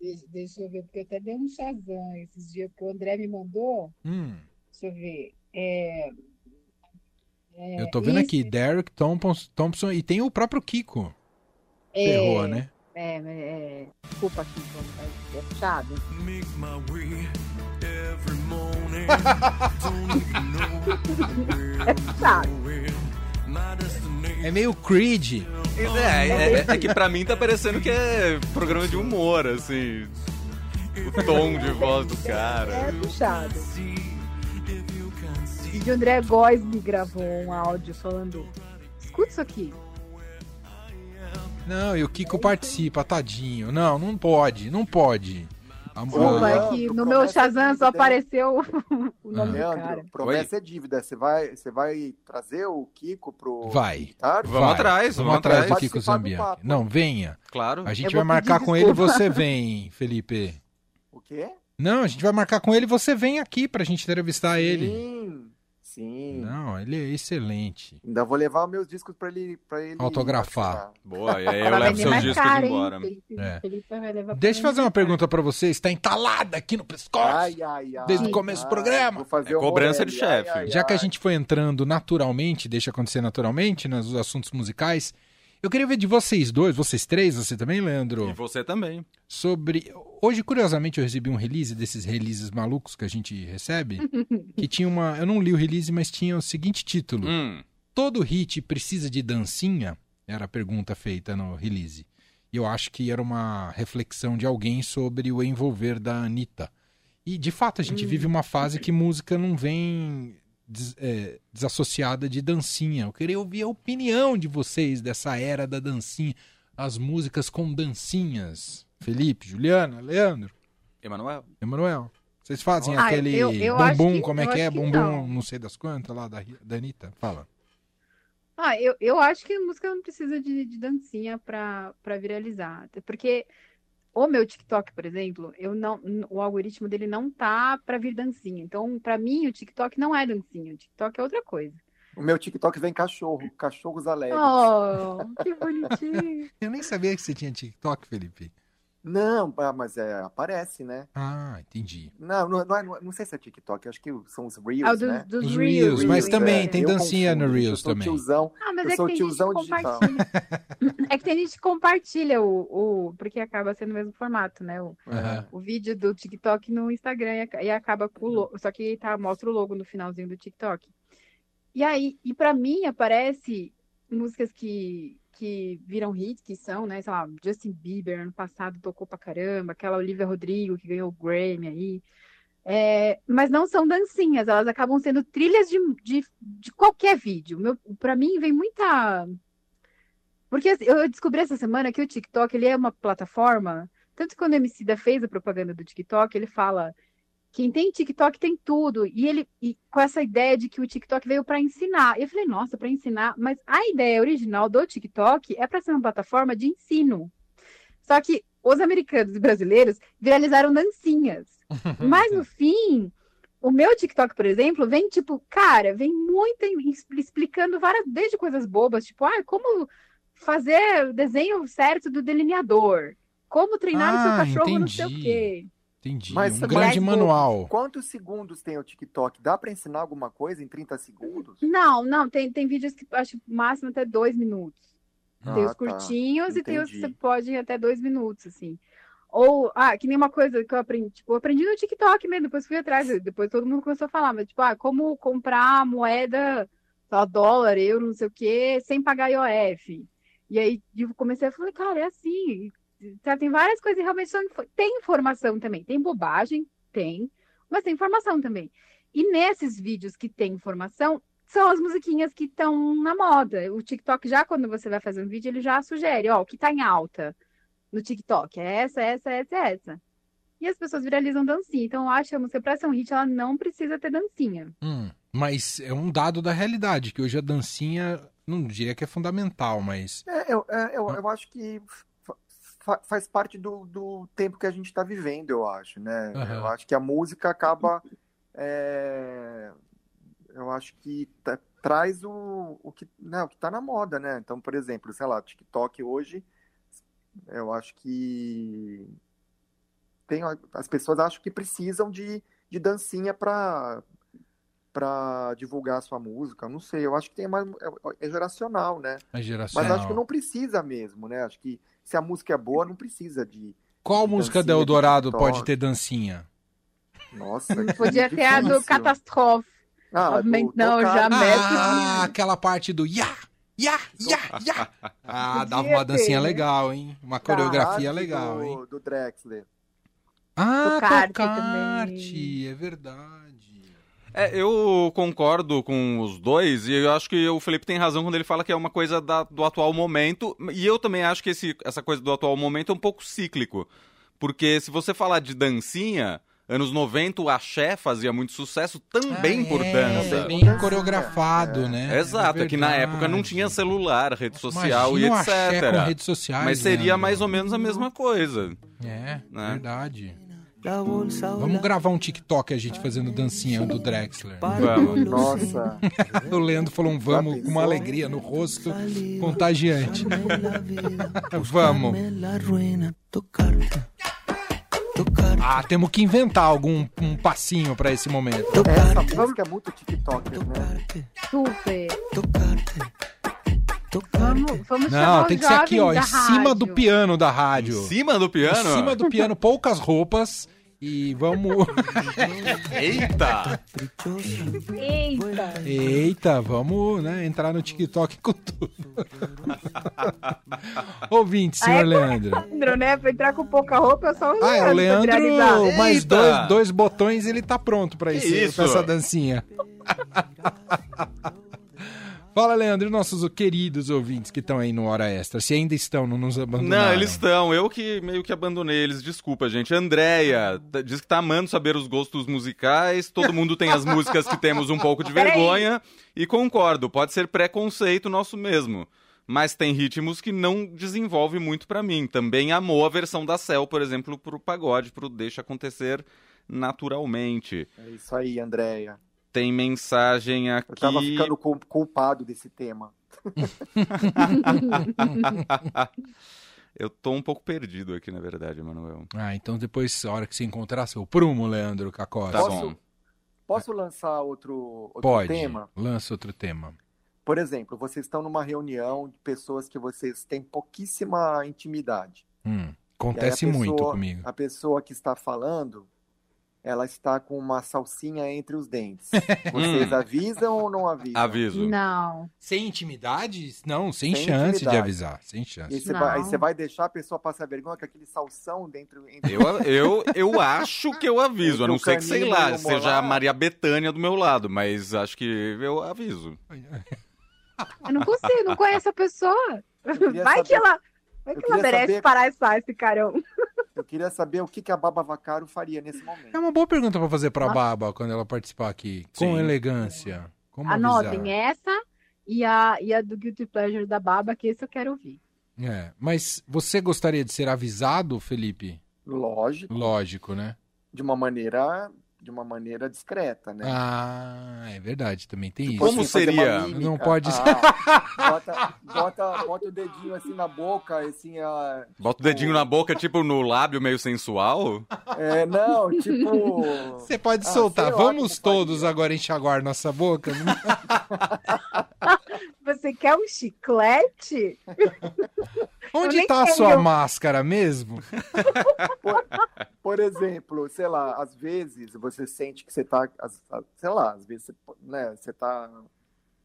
E: Deixa, deixa eu ver, porque eu até dei um Shazam esses dias que o André me mandou.
B: Hum,
E: Deixa eu ver. É, é,
B: eu tô vendo
E: esse-
B: aqui, Derek Thompson, Thompson e tem o próprio Kiko.
E: é,
B: Ferrou, né?
E: É, é, é. desculpa aqui, mas é puxado.
G: Make my way every morning. Don't even know where
E: Tá.
G: I'm going. My destination.
B: É meio Creed.
C: É, é, é- é que pra mim tá parecendo que é programa de humor, assim. O tom de voz do cara.
E: É puxado. E o André Góes me gravou um áudio falando: escuta isso aqui.
B: Não, e o Kiko participa, tadinho. Não, não pode, não pode. A-
E: Desculpa,
B: a-
E: é
D: Leandro,
E: que no
D: promessa
E: meu
D: de
E: Shazam só
D: dívida, hein?
E: apareceu o nome do cara.
D: Leandro, promessa é dívida. Você vai, você vai trazer o Kiko pro
B: Vai.
D: Tá?
C: Vamos
B: Vai,
C: atrás,
B: Vamos atrás do Kiko
D: Participar do
B: Zambianchi.
D: papo.
B: Não, venha.
C: Claro.
B: A gente vai
E: Eu vou
B: marcar
E: pedir
B: com ele e
E: desculpa.
B: você vem, Felipe.
D: O quê?
B: Não, a gente vai marcar com ele e você vem aqui pra gente entrevistar ele.
D: Sim. Sim.
B: Não, ele é excelente.
D: Ainda vou levar meus discos pra ele, pra ele
B: Autografar.
D: assinar.
C: Boa, e aí eu
E: Ela vai
C: levo
E: vender
C: seus
E: mais
C: discos
E: caro, hein?
C: embora.
E: Felipe,
B: É.
E: Felipe vai levar pra
B: Deixa eu
E: mim.
B: fazer uma pergunta pra você. Está entalada aqui no pescoço.
D: Ai, ai, ai.
B: Desde o começo do
D: ai,
B: programa.
D: vou fazer
C: É
D: o
C: cobrança de
D: Morelli, ai,
C: chefe.
D: ai,
B: Já que a
D: ai.
B: gente foi entrando naturalmente, deixa acontecer naturalmente nos assuntos musicais, eu queria ver de vocês dois, vocês três, você também,
C: E
B: Leandro,
C: você também.
B: sobre. Hoje, curiosamente, eu recebi um release desses releases malucos que a gente recebe, que tinha uma. Eu não li o release, mas tinha o seguinte título:
C: Hum,
B: Todo hit precisa de dancinha? Era a pergunta feita no release. E eu acho que era uma reflexão de alguém sobre o envolver da Anitta. E, de fato, a gente
E: Hum.
B: vive uma fase que música não vem des- é, desassociada de dancinha. Eu queria ouvir a opinião de vocês dessa era da dancinha. As músicas com dancinhas. Felipe, Juliana, Leandro,
C: Emanuel.
B: Emanuel. Vocês fazem
E: Ah,
B: aquele
E: eu- eu acho
B: bumbum,
E: que-
B: como é
E: eu
B: que é?
E: acho que
B: bumbum,
E: não.
B: não. sei das quantas lá da, da Anitta. Fala.
E: Ah, eu, eu acho que a música não precisa de, de dancinha pra, pra viralizar. Até porque o meu TikTok, por exemplo, eu não, n- o algoritmo dele não tá pra vir dancinha. Então, pra mim, o TikTok não é dancinha. O TikTok é outra coisa.
D: O meu TikTok vem cachorro, cachorros alegres.
E: Oh, que bonitinho.
B: Eu nem sabia que você tinha TikTok, Felipe.
D: Não, ah, mas é, aparece, né?
B: Ah, entendi.
D: Não, não, não, é- não sei se é TikTok, acho que são os
E: Ah, o
D: Reels,
E: dos,
D: né?
E: dos
B: Os
E: Reels,
B: Reels, mas
E: né?
B: também
D: é,
B: tem
D: eu
B: dancinha
D: confundo,
B: no
D: gente,
B: Reels
D: eu sou
B: também.
D: Tiozão,
E: Ah, mas
D: eu
E: é que
D: sou
E: tem gente que
D: tiozão digital.
E: compartilha. É que tem gente que compartilha o, o- Porque acaba sendo o mesmo formato, né? O,
D: É.
B: Aham.
E: o vídeo do TikTok no Instagram e ac- e acaba com o logo. Só que tá, mostra o logo no finalzinho do TikTok. E aí, e pra mim aparece músicas que, que viram hit, que são, né? Sei lá, Justin Bieber ano passado tocou pra caramba, aquela Olivia Rodrigo que ganhou o Grammy aí. É, mas não são dancinhas, elas acabam sendo trilhas de, de, de qualquer vídeo. Meu, para mim vem muita. Porque assim, eu descobri essa semana que o TikTok ele é uma plataforma. Tanto que quando o Emicida fez a propaganda do TikTok, ele fala: quem tem TikTok tem tudo. E ele e com essa ideia de que o TikTok veio para ensinar. E eu falei: nossa, para ensinar. Mas a ideia original do TikTok é para ser uma plataforma de ensino. Só que os americanos e brasileiros viralizaram dancinhas. Mas no fim, o meu TikTok, por exemplo, vem tipo, cara, vem muito em- expli- explicando várias, desde coisas bobas, tipo, ah, como fazer o desenho certo do delineador, como treinar o seu
B: Ah,
E: cachorro, não sei o
B: entendi.
E: quê.
B: Entendi.
D: Mas
B: um
D: você
B: grande
D: vai-
B: manual.
D: Quantos segundos tem o TikTok? Dá para ensinar alguma coisa em 30 segundos?
E: Não, não, tem, tem vídeos que acho o máximo até dois minutos. Tem
D: Ah,
E: os
D: tá.
E: curtinhos e tem os que
D: Entendi.
E: você pode ir até dois minutos, assim. Ou, ah, que nem uma coisa que eu aprendi, tipo, eu aprendi no TikTok mesmo, depois fui atrás, depois todo mundo começou a falar, mas tipo, ah, como comprar moeda, sei lá, dólar, euro, não sei o quê, sem pagar IOF. E aí eu comecei a falar, cara, é assim, sabe, tem várias coisas, e realmente são, info- tem informação também, tem bobagem, tem, mas tem informação também. E nesses vídeos que tem informação, são as musiquinhas que estão na moda. O TikTok já, quando você vai fazer um vídeo, ele já sugere, ó, o que tá em alta no TikTok. É essa, essa, essa, essa. E as pessoas viralizam dancinha. Então, eu acho que a música pra ser um hit, ela não precisa ter dancinha.
B: Hum, mas é um dado da realidade, que hoje a dancinha, não diria que é fundamental, mas.
D: É, eu, é, eu, eu acho que fa- fa- faz parte do, do tempo que a gente está vivendo, eu acho, né?
B: Aham.
D: Eu acho que a música acaba. é, eu acho que tra- traz o, o que né, o que está na moda, né? Então, por exemplo, sei lá, TikTok hoje, eu acho que tem as pessoas acham que precisam de, de dancinha para para divulgar a sua música. Eu Não sei, eu acho que tem mais é- é geracional, né?
B: A
D: Mas
B: geracional.
D: acho que não precisa mesmo, né? Acho que se a música é boa, não precisa de.
B: Qual
D: de
B: música da
D: dancinha, de
B: Eldorado
D: TikTok.
B: pode ter dancinha?
D: Nossa,
E: Podia ter a do Catastrophe.
D: Ah, do
E: Não, já
D: Tocado.
E: meto
B: Ah, aquela parte do ya, ya, ya, ya. Ah, dava uma
E: Podia
B: dancinha
E: ter, né?
B: legal, hein? Uma
D: Tocado
B: coreografia é
D: do-
B: legal, hein?
D: Do Drexler.
B: Ah,
E: Tocarte
B: Tocarte,
E: também.
B: é verdade.
C: É, eu concordo com os dois e eu acho que o Felipe tem razão quando ele fala que é uma coisa da- do atual momento. E eu também acho que esse- essa coisa do atual momento é um pouco cíclico. Porque se você falar de dancinha, anos 90 o axé fazia muito sucesso também por
B: é,
C: dança.
B: Bem
D: Dança,
B: coreografado,
D: é.
B: né?
C: Exato, é, que na
B: verdade.
C: época não tinha celular, rede social
B: Imagina
C: e
B: o axé com
C: etc.
B: redes sociais,
C: Mas seria
B: né,
C: mais ou
B: meu?
C: menos a mesma coisa.
B: É,
C: né?
B: verdade. Vamos
H: Vamos
B: gravar um TikTok a gente fazendo dancinha do Drexler.
C: Vamos.
D: Nossa.
B: O Leandro falou um
C: Tá
B: vamos com uma alegria no rosto contagiante. Vamos.
H: Tocar. Tocar.
B: Ah, temos que inventar algum um passinho pra esse momento.
D: Essa
H: Tocarte.
D: música é muito TikTok, né?
H: Tocarte.
E: Super.
H: Tocarte. Tocarte.
E: Vamos, vamos chamar
B: Não, tem
E: os
B: que ser aqui, ó,
E: jovens
B: em
E: da
B: cima do
E: rádio.
B: piano da
C: Em
B: rádio.
C: cima do piano?
B: Em cima do piano, poucas roupas e vamos.
C: Eita!
H: Caprichoso.
I: Eita!
B: Eita, vamos, né, entrar no TikTok com tudo. Ouvinte, senhor Leandro.
E: Leandro, né? Pra entrar com pouca roupa, eu só o
B: Ah, é o
E: Leandro pra viralizar.
B: Leandro, mais
C: Eita!
B: dois, dois botões ele tá pronto pra,
C: Que
B: esse, pra
C: isso?
B: essa dancinha. Fala, Leandro, e nossos queridos ouvintes que estão aí no Hora Extra, se ainda estão, não nos abandonaram.
C: Não, eles estão. Eu que meio que abandonei eles. Desculpa, gente. Andréia t- diz que tá amando saber os gostos musicais. Todo mundo tem as músicas que temos um pouco de
E: Peraí.
C: vergonha. E concordo, pode ser preconceito nosso mesmo. Mas tem ritmos que não desenvolve muito pra mim. Também amou a versão da Cell, por exemplo, pro pagode, pro Deixa Acontecer naturalmente.
D: É isso aí, Andréia.
C: Tem mensagem aqui.
D: Eu tava ficando cul- culpado desse tema.
C: Eu tô um pouco perdido aqui, na verdade, Manuel.
B: Ah, então depois, a hora que se encontrar, seu prumo, Leandro Cacota.
C: Tá
D: Posso-
C: bom.
D: Posso lançar outro, outro
B: Pode.
D: tema?
B: Lança outro tema.
D: Por exemplo, vocês estão numa reunião de pessoas que vocês têm pouquíssima intimidade.
B: Hum,
D: E aí a
B: acontece muito
D: pessoa-
B: comigo.
D: A pessoa que está falando, ela está com uma salsinha entre os dentes.
B: Hum.
D: Vocês avisam ou não avisam?
C: Hum, Aviso.
E: Não.
B: Sem intimidade? Não, sem,
D: Sem
B: chance de
D: intimidade.
B: avisar. Sem
D: E aí
B: chance.
D: você, vai, aí
E: Não.
D: você vai deixar a pessoa passar vergonha com aquele salsão dentro. entre-
C: Eu, eu, eu acho que eu aviso, a não
B: um
D: Entre o
C: ser que, sei
D: canino e
C: lá,
D: o
C: seja a
D: molar.
C: Maria Betânia do meu lado, mas acho que eu aviso.
B: é.
E: Eu não consigo, não conheço a pessoa.
D: queria
E: Vai que
D: saber-
E: ela. Vai
D: eu
E: que ela
D: queria
E: merece
D: saber-
E: parar e falar esse é carão.
D: Eu queria saber o que, que a Baba Vacaro faria nesse momento.
B: É uma boa pergunta pra fazer pra Baba quando ela participar aqui. Com
C: Sim.
B: elegância. Como
E: Anotem
B: avisar?
E: é. essa e a, e a do Guilty Pleasure da Baba, que esse eu quero ouvir.
B: É, Mas você gostaria de ser avisado, Felipe?
D: Lógico,
B: Lógico, né?
D: de uma maneira, de uma maneira discreta, né?
B: Ah, é verdade, também tem
D: Tipo
B: isso.
C: Como
D: fazer uma
C: seria?
D: mímica.
B: Não pode ser.
D: Ah, bota, bota, bota o dedinho assim na boca, assim, ah,
C: Bota o dedinho na boca, tipo no lábio meio sensual.
D: é, não, tipo.
B: Você pode
D: Ah,
B: soltar.
D: sei lá
B: Vamos
D: como
B: todos agora enxaguar nossa boca?
E: Você quer um chiclete?
B: Onde
E: nem
B: tá a
E: sei,
B: sua
E: eu-
B: máscara mesmo?
D: Por exemplo, sei lá, às vezes você sente que você tá, as- a- sei lá, às vezes você, né, você tá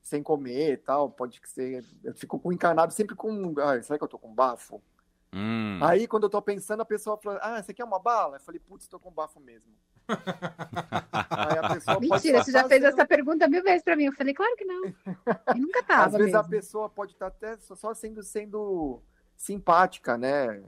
D: sem comer e tal, pode que você, eu fico com encanado, sempre com, ai, será que eu tô com bafo?
C: Hum.
B: Ah,
D: Aí quando eu tô pensando, a pessoa fala, ah, você quer uma bala? Eu falei, putz, tô com bafo mesmo. Aí a pessoa pode tá
E: Mentira,
D: estar
E: você já fez
D: fazendo-
E: essa pergunta mil vezes pra mim. Eu falei, claro que não. E nunca
D: Às
E: tava
D: vezes a
E: mesmo.
D: pessoa pode estar até só- só sendo, sendo simpática, né?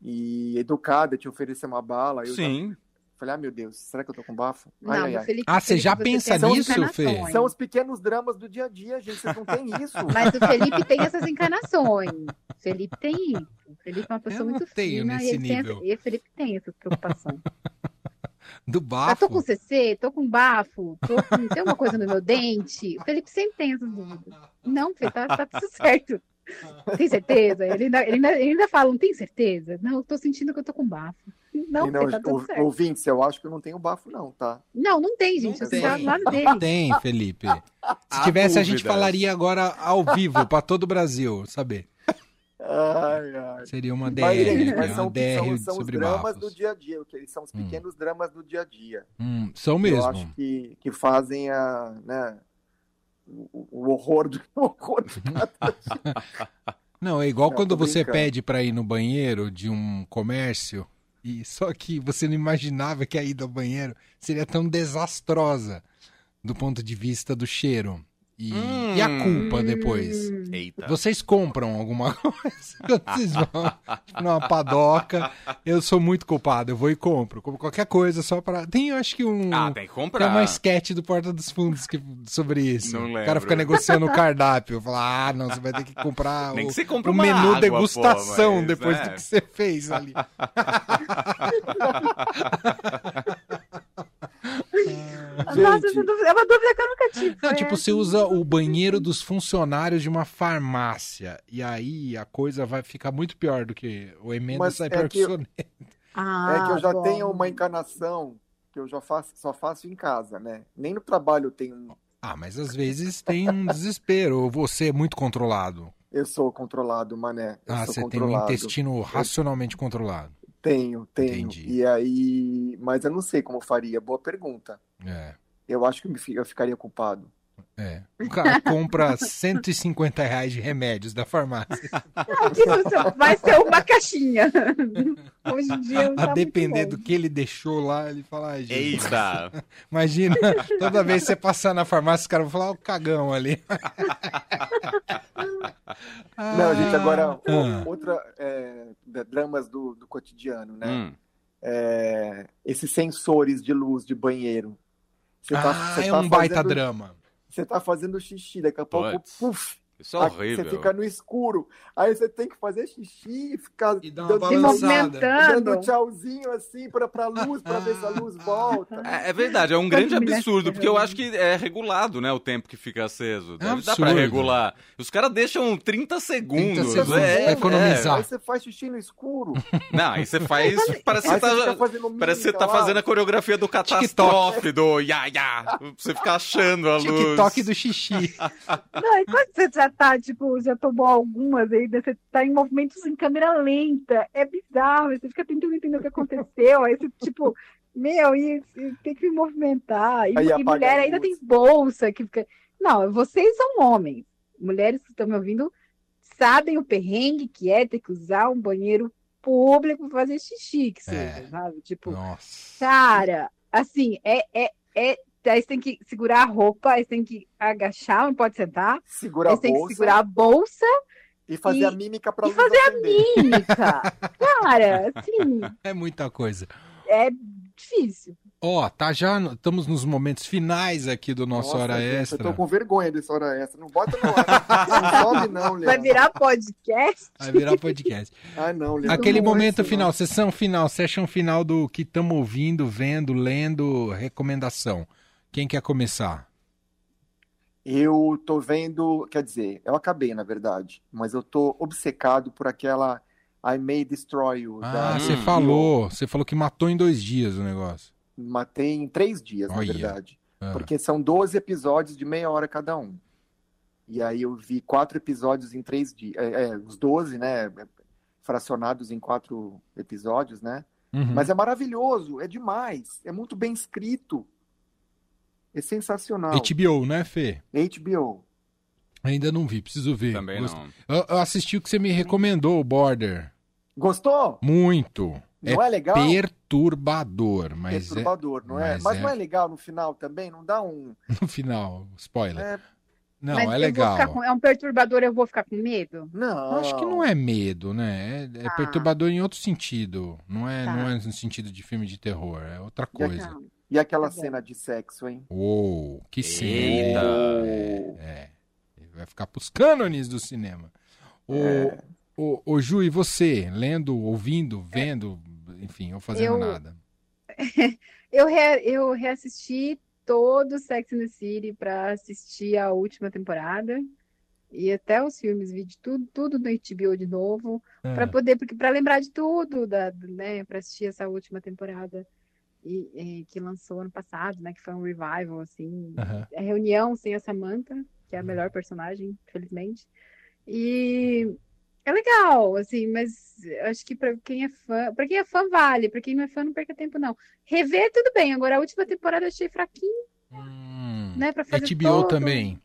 D: E educada, te oferecer uma bala. Eu já
C: Sim.
D: falei, ah, meu Deus, será que eu tô com bafo? Ai,
E: Não,
D: ai,
E: mas
D: ai.
E: Felipe,
B: Ah, você
E: Felipe,
B: já pensa
E: tem essas
B: nisso, Fê?
E: encarnações.
D: São os pequenos dramas do dia a dia, gente. Vocês não têm isso.
E: Mas o Felipe tem essas encarnações. O Felipe tem isso. O Felipe é uma pessoa
B: Eu não
E: muito
B: tenho
E: fina.
B: nesse
E: e, ele tem
B: nível.
E: essa- e o Felipe tem essas preocupações.
B: Do
E: Ah,
B: bafo?
E: tô com CC, tô com bafo, tô com... tem uma coisa no meu dente. O Felipe sempre tem essas dúvidas. Não, Fê, tá, tá tudo certo. Tem certeza? Ele ainda, ele, ainda, ele ainda fala, não tem certeza? Não, eu tô sentindo que eu tô com bafo. Não,
D: E
E: Fê, tá tudo
D: ou-
E: certo.
D: ouvintes, eu acho que eu não tenho bafo, não, tá?
E: Não, não tem, gente.
B: Não
E: eu tô do lado
B: Não
E: dele.
B: tem, Felipe. Se
C: Há
B: tivesse, a gente
C: dúvidas.
B: falaria agora ao vivo pra todo o Brasil, saber.
D: Ai, ai.
B: Seria uma DR,
D: Mas, gente, mas
B: né?
D: são,
B: uma DR
D: são, são os
B: sobre
D: dramas
B: bafos.
D: do dia a dia, o que eles são os
B: Hum.
D: pequenos dramas do dia a dia.
B: Hum, são
D: que Eu
B: mesmo.
D: acho que, que fazem a, né, o, o horror do o horror É de cada
B: Não, é igual
D: Não,
B: quando
D: tô
B: você
D: brincando.
B: pede pra ir no banheiro de um comércio e só que você não imaginava que a ida ao banheiro seria tão desastrosa do ponto de vista do cheiro. E,
C: Hum.
B: e a culpa depois.
E: Hum,
C: Eita.
B: Vocês compram alguma coisa quando vocês vão tipo, numa padoca. Eu sou muito culpado, eu vou e compro. Compro qualquer coisa só pra. Tem, eu acho que um.
C: Ah, tem que
B: Tem
C: comprar.
B: uma sketch do Porta dos Fundos que, sobre isso.
C: Não
B: o cara
C: lembro.
B: fica negociando o cardápio. Fala, ah, não, você vai ter que comprar
C: Nem
B: o,
C: que você compre
B: o
C: uma
B: um menu
C: água,
B: degustação
C: pô, mas,
B: depois
C: né?
B: do que você fez ali.
E: Nossa, essa dúvida- é uma dúvida que eu nunca tive.
B: Não,
E: Foi
B: tipo, você
E: assim.
B: usa o banheiro dos funcionários de uma farmácia. E aí a coisa vai ficar muito pior do que o emenda
D: Mas
B: sai
D: é
B: pior que,
D: que-
B: o soneto.
E: Ah,
D: É que eu já
E: bom.
D: tenho uma encarnação que eu já faço, só faço em casa, né? Nem no trabalho eu tenho. um,
B: Ah, mas às vezes tem um desespero. Ou você é muito controlado.
D: Eu sou controlado, mané. Eu
B: ah,
D: sou
B: você tem um
D: controlado.
B: intestino racionalmente controlado.
D: Tenho, tenho.
B: Entendi.
D: E aí. Mas eu não sei como eu faria. Boa pergunta.
B: É.
D: Eu acho que eu me fi- eu ficaria culpado.
B: É. O cara compra 150 reais de remédios da farmácia.
E: Ah, disso vai ser uma caixinha. Hoje em dia não tá
B: A
E: muito
B: depender
E: bom.
B: do que ele deixou lá, ele fala,
C: É
B: ai, gente,
C: Eita.
B: imagina, toda vez que você passar na farmácia, os caras vão falar, ó, o cagão ali.
D: Não, gente, agora, o-
B: Ah.
D: outra. é, da- dramas do, do cotidiano, né?
C: Hum.
D: É, esses sensores de luz de banheiro. Você tá-
B: ah,
D: você
B: é
D: tá
B: um baita
D: fazendo-
B: drama.
D: Você tá fazendo xixi, daqui a pouco,
C: Puts.
D: puf,
C: Isso é
D: Aí
C: horrível.
D: Você fica no escuro. Aí você tem que fazer xixi e ficar
B: E dá uma
D: dando-
E: Se
B: balançada.
E: movimentando.
D: dando tchauzinho assim pra, pra luz, pra ver se a luz volta.
C: É, é verdade, é um grande
E: mulher
C: absurdo,
E: fica
C: porque eu
E: jogando.
C: acho que é regulado, né, o tempo que fica aceso. Deve dar pra
B: É absurdo.
C: regular. Os caras deixam 30 segundos.
B: segundos
C: é,
B: pra
C: é.
B: economizar.
D: Aí você faz xixi no escuro.
C: Não, aí você faz. Parece que
D: Aí
C: você
D: você
C: tá.
D: fica fazendo
C: Parece que você
D: mímica
C: tá
D: lá.
C: fazendo a coreografia do catástrofe, do ya ya. Pra Você ficar achando a luz.
B: TikTok do xixi.
E: Não, e quando você já tá, tipo, já tomou algumas aí, né, você tá em movimentos em câmera lenta, é bizarro, você fica tentando entender o que aconteceu, aí você, tipo, meu, e, e tem que me movimentar, e,
D: Aí
E: e
D: apaga
E: mulher
D: a
E: ainda
D: luz.
E: tem bolsa, que fica... Não, vocês são homens, mulheres que estão me ouvindo sabem o perrengue que é ter que usar um banheiro público pra fazer xixi, que seja,
B: É.
E: sabe? Tipo,
B: Nossa.
E: Cara, assim, é, é, é. Aí você tem que segurar a roupa, aí você tem que agachar, não pode sentar.
D: Segurar
E: Aí
D: a
E: você tem que
D: bolsa
E: segurar a bolsa
D: e fazer a
E: e-
D: mímica pra
E: e
D: luz
E: fazer
D: acender.
E: química. Cara, assim,
B: É muita coisa.
E: é difícil.
B: Ó, tá já. no- Estamos nos momentos finais aqui do nosso Hora
D: gente,
B: Extra.
D: Eu tô com vergonha dessa hora extra. Não bota no ar. Não sobe, não,
E: Vai
D: Leandro.
E: virar podcast.
B: Vai virar podcast.
D: Ah, não, Leandro.
B: Aquele
D: Não,
B: momento
D: isso não.
B: final, sessão final, session final do que estamos ouvindo, vendo, lendo, recomendação. Quem quer começar?
D: Eu tô vendo, quer dizer, eu acabei, na verdade, mas eu tô obcecado por aquela I May Destroy You
B: Ah,
D: da-
B: você
C: hum.
B: falou. Você falou que matou em dois dias o negócio.
D: Matei em três dias, na
B: Olha.
D: verdade.
B: Ah.
D: Porque são 12 episódios de meia hora cada um. E aí eu vi quatro episódios em três dias. É, é, os 12, né? Fracionados em quatro episódios, né?
B: Uhum.
D: Mas é maravilhoso, é demais. É muito bem escrito. É sensacional.
B: HBO, né, Fê?
D: HBO.
B: Ainda não vi, preciso ver.
C: Também
B: Gost-
C: não.
B: Eu, eu assisti o que você me recomendou, o Border.
D: Gostou?
B: Muito. É,
D: Não é legal?
B: perturbador, mas
D: perturbador, não é?
B: mas
D: Mas,
B: é-
D: não é legal no final também? Não dá um.
B: é no final, spoiler.
D: É,
B: Não,
E: Mas
B: é
E: eu
B: legal.
E: Vou ficar com... É um perturbador, eu vou ficar com medo?
D: não.
B: Eu Acho que não é medo, né? É, é
E: Ah.
B: perturbador em outro sentido. Não é,
E: Tá.
B: não é no sentido de filme de terror, é outra
D: E aqui-
B: coisa.
E: Não.
D: E aquela
E: Tá bom.
D: cena de sexo, hein? Oh.
B: Uou, que
C: Eita.
B: cena. É. Ele vai ficar pros cânones do cinema. Ô,
D: É.
B: ô, ô, Ju, e você? Lendo, ouvindo, vendo, enfim, ou fazendo
E: Eu-
B: nada.
E: Eu, re- eu reassisti todo Sex and the City pra assistir a última temporada. E até os filmes, vídeo, tudo, tudo no HBO de novo. Pra
B: Ah.
E: poder, porque para lembrar de tudo, da, do- né, para assistir essa última temporada e, e que lançou ano passado, né, que foi um revival assim,
B: Aham.
E: a reunião sem a Samantha, que é
B: Uhum.
E: a melhor personagem, felizmente. E é legal, assim, mas acho que pra quem é fã, para quem é fã vale, pra quem não é fã não perca tempo não. Rever tudo bem, agora a última temporada eu achei fraquinho,
B: Hum.
E: né, para fazer
B: HBO
E: todo.
B: também.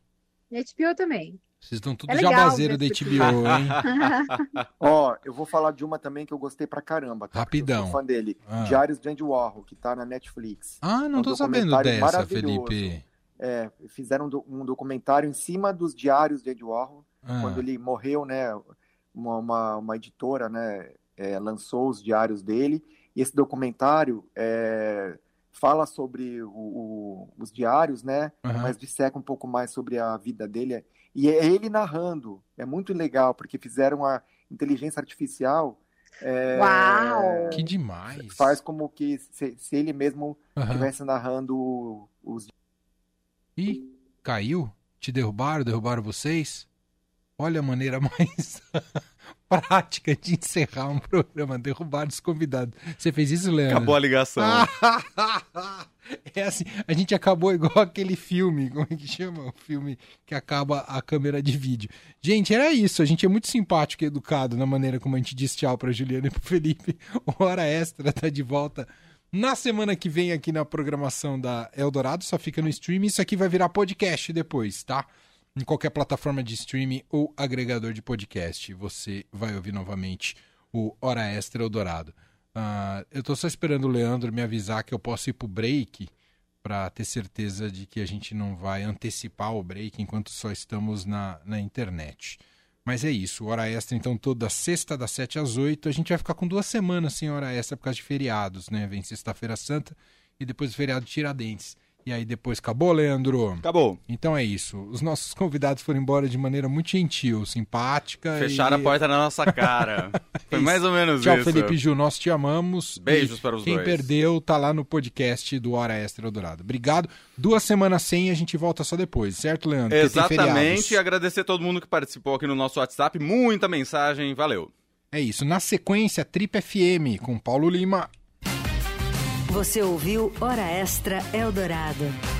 E: HBO também.
B: Vocês estão tudo
E: É legal
B: jabazeiro da
E: ver esse
B: HBO, hein?
D: Ó, eu vou falar de uma também que eu gostei pra caramba. Tá? Porque
B: Rapidão.
D: Eu sou fã dele.
B: Ah.
D: Diários de Andy Warhol, que tá na Netflix.
B: Ah, não
D: um
B: tô sabendo
D: documentário
B: dessa,
D: maravilhoso.
B: Felipe.
D: É, fizeram um do- um documentário em cima dos diários de Andy Warhol,
B: Ah,
D: quando ele morreu, né? Uma, uma, uma editora, né? é, lançou os diários dele. E esse documentário é, fala sobre o- o- os diários, né?
B: aham.
D: mas disseca um pouco mais sobre a vida dele. E é ele narrando. É muito legal, porque fizeram a inteligência artificial. é,
E: Uau!
B: Que demais.
D: Faz como que se, se ele mesmo
B: Aham.
D: estivesse narrando os.
B: Ih, caiu? Te derrubaram? Derrubaram vocês? Olha a maneira mais prática de encerrar um programa, derrubar os convidados. Você fez isso, Leandro?
C: Acabou a ligação.
B: Ah. é assim, a gente acabou igual aquele filme, como é que chama? O filme que acaba a câmera de vídeo. Gente, era isso. A gente é muito simpático e educado na maneira como a gente diz tchau pra Juliana e pro Felipe. O Hora Extra tá de volta na semana que vem aqui na programação da Eldorado. Só fica no streaming. Isso aqui vai virar podcast depois, tá? Em qualquer plataforma de streaming ou agregador de podcast. Você vai ouvir novamente o Hora Extra Eldorado. Ah, eu tô só esperando o Leandro me avisar que eu posso ir pro break pra ter certeza de que a gente não vai antecipar o break enquanto só estamos na, na internet. Mas é isso, hora extra então toda sexta das 7 às 8. A gente vai ficar com duas semanas sem hora extra por causa de feriados, né? Vem sexta-feira santa e depois o feriado Tiradentes. E aí depois acabou, Leandro?
C: Acabou.
B: Então é isso. Os nossos convidados foram embora de maneira muito gentil, simpática.
C: Fecharam
B: e-
C: a porta na nossa cara. Foi mais ou menos
B: Tchau,
C: isso.
B: Felipe Gil. Nós te amamos.
C: Beijos
B: E
C: para os
B: quem
C: dois.
B: perdeu, tá lá no podcast do Hora Extra Eldorado. Obrigado. Duas semanas sem e a gente volta só depois, certo, Leandro? Porque tem
C: Exatamente.
B: feriados.
C: Agradecer todo mundo que participou aqui no nosso WhatsApp. Muita mensagem. Valeu.
B: É isso. Na sequência, Trip FM com Paulo Lima.
A: Você ouviu Hora Extra Eldorado.